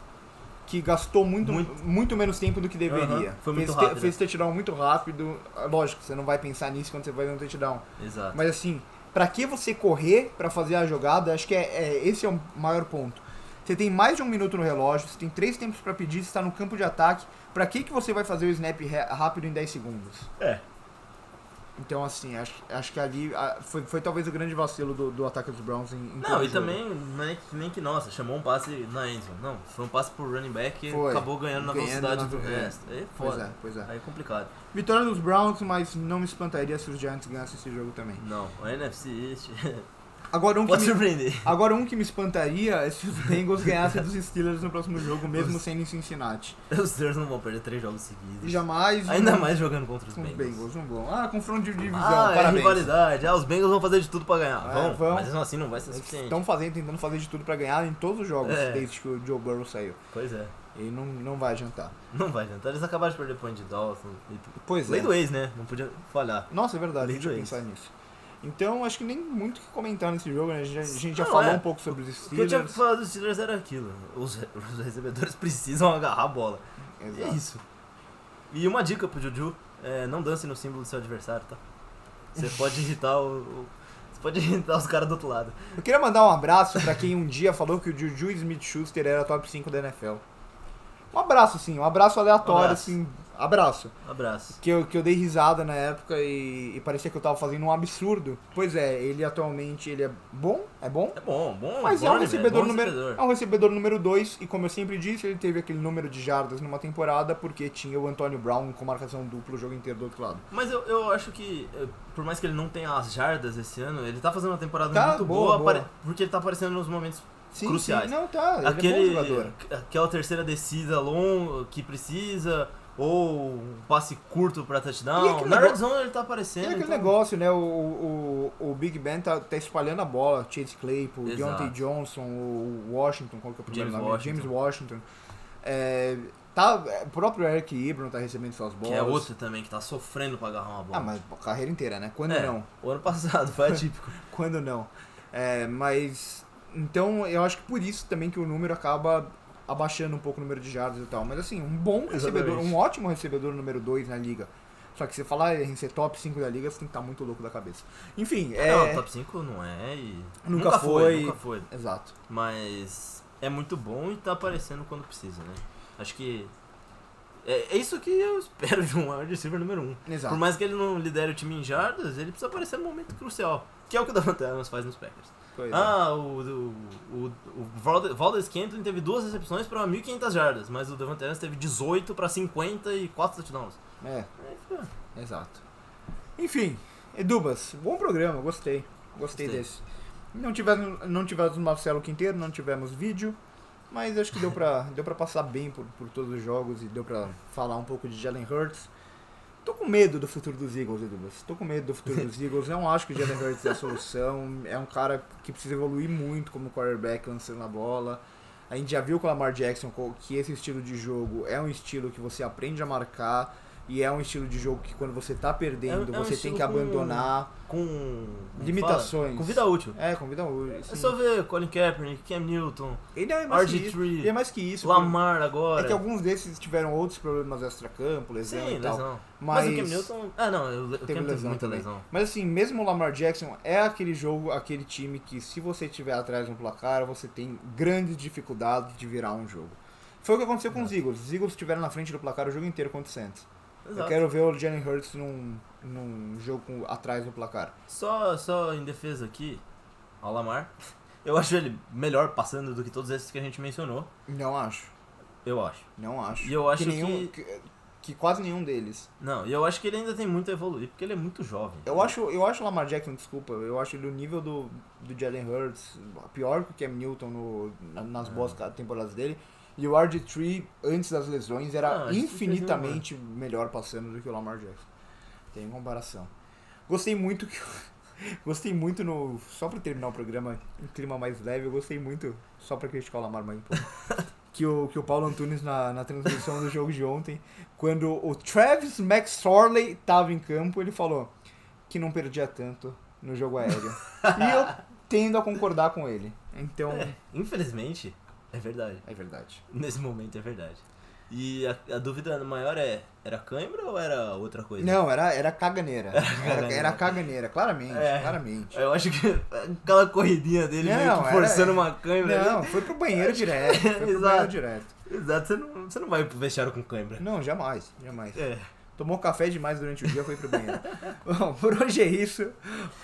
que gastou muito, muito.
Muito.
menos tempo do que deveria.
Aham, foi muito
fez, te-
rápido.
fez touchdown muito rápido. Ah, Lógico, você não vai pensar nisso quando você vai ver um touchdown.
Exato.
Mas assim, pra que você correr pra fazer a jogada? Acho que é, é- esse é o maior ponto. Você tem mais de um minuto no relógio, você tem três tempos pra pedir, você tá no campo de ataque. Pra que, que você vai fazer o snap ra- rápido em 10 segundos?
É.
Então, assim, acho, acho que ali ah, foi, foi talvez o grande vacilo do, do ataque dos Browns em, em todo
Não, e
jogo.
também não é que- nem que, nossa, chamou um passe na endzone. Não, foi um passe pro running back e
Foi.
acabou ganhando na
Ganhando
velocidade
na-
do
é.
resto. É
Pois
foda.
é, pois é.
Aí é complicado.
Vitória dos Browns, mas não me espantaria se os Giants ganhassem esse jogo também.
Não, o NFC East
Agora um que
pode
me,
surpreender.
agora um que me espantaria é se os Bengals ganhassem dos Steelers no próximo jogo, mesmo sendo em Cincinnati.
Os Steelers não vão perder três jogos seguidos.
Jamais.
Ainda
não-
mais jogando contra os
Com os
Bengals.
Bengals, não vão. Ah, confronto de divisão,
Ah, é
parabéns.
rivalidade. Ah, os Bengals vão fazer de tudo pra ganhar.
É,
vão,
vão.
mas mesmo assim não vai ser
Eles
suficiente.
estão fazendo, tentando fazer de tudo pra ganhar em todos os jogos
É.
desde que o Joe Burrow saiu.
Pois é.
E não, não vai adiantar.
Não vai adiantar. Eles acabaram de perder point de Dalton. E tudo.
Pois
Lei
é.
do ex, né? Não podia falhar.
Nossa, é verdade,
Lei
deixa eu
do
pensar nisso. Então, acho que nem muito o que comentar nesse jogo, né? A gente, a gente já
Não,
falou
é.
um pouco sobre os
O que eu tinha
Steelers.
falado dos Steelers era aquilo. Os, re- os recebedores precisam agarrar a bola. É
Exato.
isso. E uma dica pro Juju. é, não dance no símbolo do seu adversário, tá? Você pode irritar o... o- Você pode irritar os caras do outro lado.
Eu queria mandar um abraço pra quem um dia falou que o Juju Smith-Schuster era top 5 da NFL. Um abraço, sim. Um abraço aleatório,
Abraço.
assim. Abraço.
Abraço.
Que eu, que eu dei risada na época e, e parecia que eu tava fazendo um absurdo. Pois é, ele atualmente ele é bom, é bom.
É bom, bom.
Mas
bom
é um
running back,
recebedor
bom
número
recebedor.
é um recebedor número 2 e como eu sempre disse, ele teve aquele número de jardas numa temporada porque tinha o Antônio Brown com marcação dupla o jogo inteiro do outro lado.
Mas eu, eu acho que, eh, por mais que ele não tenha as jardas esse ano, ele tá fazendo uma temporada
Tá,
muito
boa,
boa,
boa.
apare- porque ele tá aparecendo nos momentos.
Sim,
Cruciais.
sim. Não, tá, ele é
aquele,
bom jogador.
aquela terceira descida longa que precisa, ou um passe curto pra
E
touchdown.
aquele
Na
negó-
red zone ele tá
E
aparecendo.
aquele
então-
negócio, né? O, o, o Big Ben tá, tá espalhando a bola. Chase Claypool,
Exato.
Deontay Johnson, o Washington, qual que é o primeiro
James
nome?
Washington.
James Washington. É, tá, é, o próprio Eric Ibram tá recebendo suas bolas.
Que é outro também que tá sofrendo pra agarrar uma bola.
Ah, mas a carreira inteira, né? Quando
É,
não?
O ano passado foi atípico.
Quando não? É, mas. Então eu acho que por isso também que o número acaba abaixando um pouco o número de jardas e tal. Mas assim, um bom recebedor,
Exatamente.
um ótimo recebedor número 2 na liga. Só que você falar em ser top 5 da liga, você tem que estar muito louco da cabeça. Enfim, é.
Não, tá top 5 não é e.
Nunca foi.
Nunca foi.
Exato.
Mas é muito bom e tá aparecendo quando precisa, né? Acho que. É, é isso que eu espero de um wide receiver número 1. Um.
Exato.
Por mais que ele não lidere o time em jardas, ele precisa aparecer no momento crucial. Que é o que o Davante Adams faz nos Packers.
Pois é.
Ah, o, o, o, o Valde- Valdez Kentlin teve duas recepções pra 1.500 jardas, mas o Davante Adams teve 18 pra 54 touchdowns.
É,
Aí fica-
exato. Enfim, Edubas, bom programa, gostei. Gostei
Gostei.
desse. Não tivemos, não tivemos Marcelo Quinteiro, não tivemos vídeo, mas acho que deu pra, deu pra passar bem por, por todos os jogos e deu pra falar um pouco de Jalen Hurts. Tô com medo do futuro dos Eagles, Edubas. Tô com medo do futuro dos Eagles. Não acho que o Jalen Hurts é a solução. É um cara que precisa evoluir muito como quarterback lançando a bola. A gente já viu com o Lamar Jackson co- que esse estilo de jogo é um estilo que você aprende a marcar e é um estilo de jogo que quando você tá perdendo,
É- é um
você tem
estilo
que
com-
abandonar.
Com. como
Limitações.
fala? Com vida útil.
É, convida o.
É
assim,
só ver Colin Kaepernick, Cam Newton,
Ele é mais que isso. Ele é
RG3,
mais que isso.
Lamar
porque-
agora.
É que alguns desses tiveram outros problemas extra-campo, lesão
Sim,
e tal.
lesão.
Mas,
Mas... o Cam Newton. Ah, não, o Le- o Cam
teve
teve
lesão
muita
também.
lesão.
Mas assim, mesmo o Lamar Jackson é aquele jogo, aquele time que se você tiver atrás no placar, você tem grande dificuldade de virar um jogo. Foi o que aconteceu com os Eagles. Os Eagles estiveram na frente do placar o jogo inteiro contra o Saints. Eu
Exato.
quero ver o Jalen Hurts num, num jogo com- atrás do placar.
Só, só em defesa aqui, ao Lamar. Eu acho ele melhor passando do que todos esses que a gente mencionou.
Não acho.
Eu acho.
Não acho.
E eu acho
que, nenhum,
que-
que- que quase nenhum deles.
Não, e eu acho que ele ainda tem muito a evoluir, porque ele é muito jovem.
Eu acho, eu acho o Lamar Jackson, desculpa, eu acho ele o nível do, do Jalen Hurts pior que o Cam Newton no, na-
É.
nas boas ca- temporadas dele. E o RG3, antes das lesões, era
Ah, isso
infinitamente melhor passando do que o Lamar Jackson. Tem comparação. Gostei muito que. gostei muito no. Só pra terminar o programa em clima mais leve, eu gostei muito, só pra criticar o Lamar mais um pouco. Que o, que o Paulo Antunes na, na transmissão do jogo de ontem, quando o Travis McSorley tava em campo, ele falou que não perdia tanto no jogo aéreo. e eu tendo a concordar com ele. Então, é,
É, infelizmente, é verdade.
verdade.
Nesse momento é verdade. E a, a dúvida maior é, era cãibra ou era outra coisa?
Não, era, era caganeira. Era,
caganeira.
era caganeira, claramente,
É.
claramente.
Eu acho que aquela corridinha dele meio
Não, é,
que
era-
forçando uma câimbra ali.
Não, foi pro banheiro direto. Foi pro
Exato.
banheiro direto.
Exato, você não, você não vai pro vestiário com câimbra.
Não, jamais, jamais.
É.
Tomou café demais durante o dia, foi pro banheiro. Bom, por hoje é isso.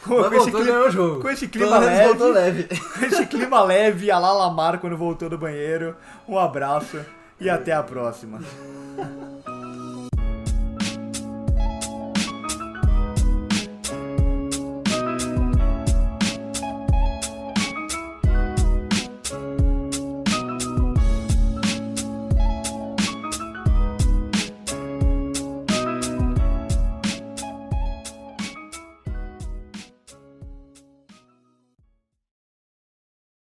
Com,
Mas
com esse
voltou e
clima,
ganhou o jogo.
com esse
Pelo
clima
menos
leve,
voltou leve.
com esse clima leve, a Lalamar quando voltou do banheiro. Um abraço e até a próxima.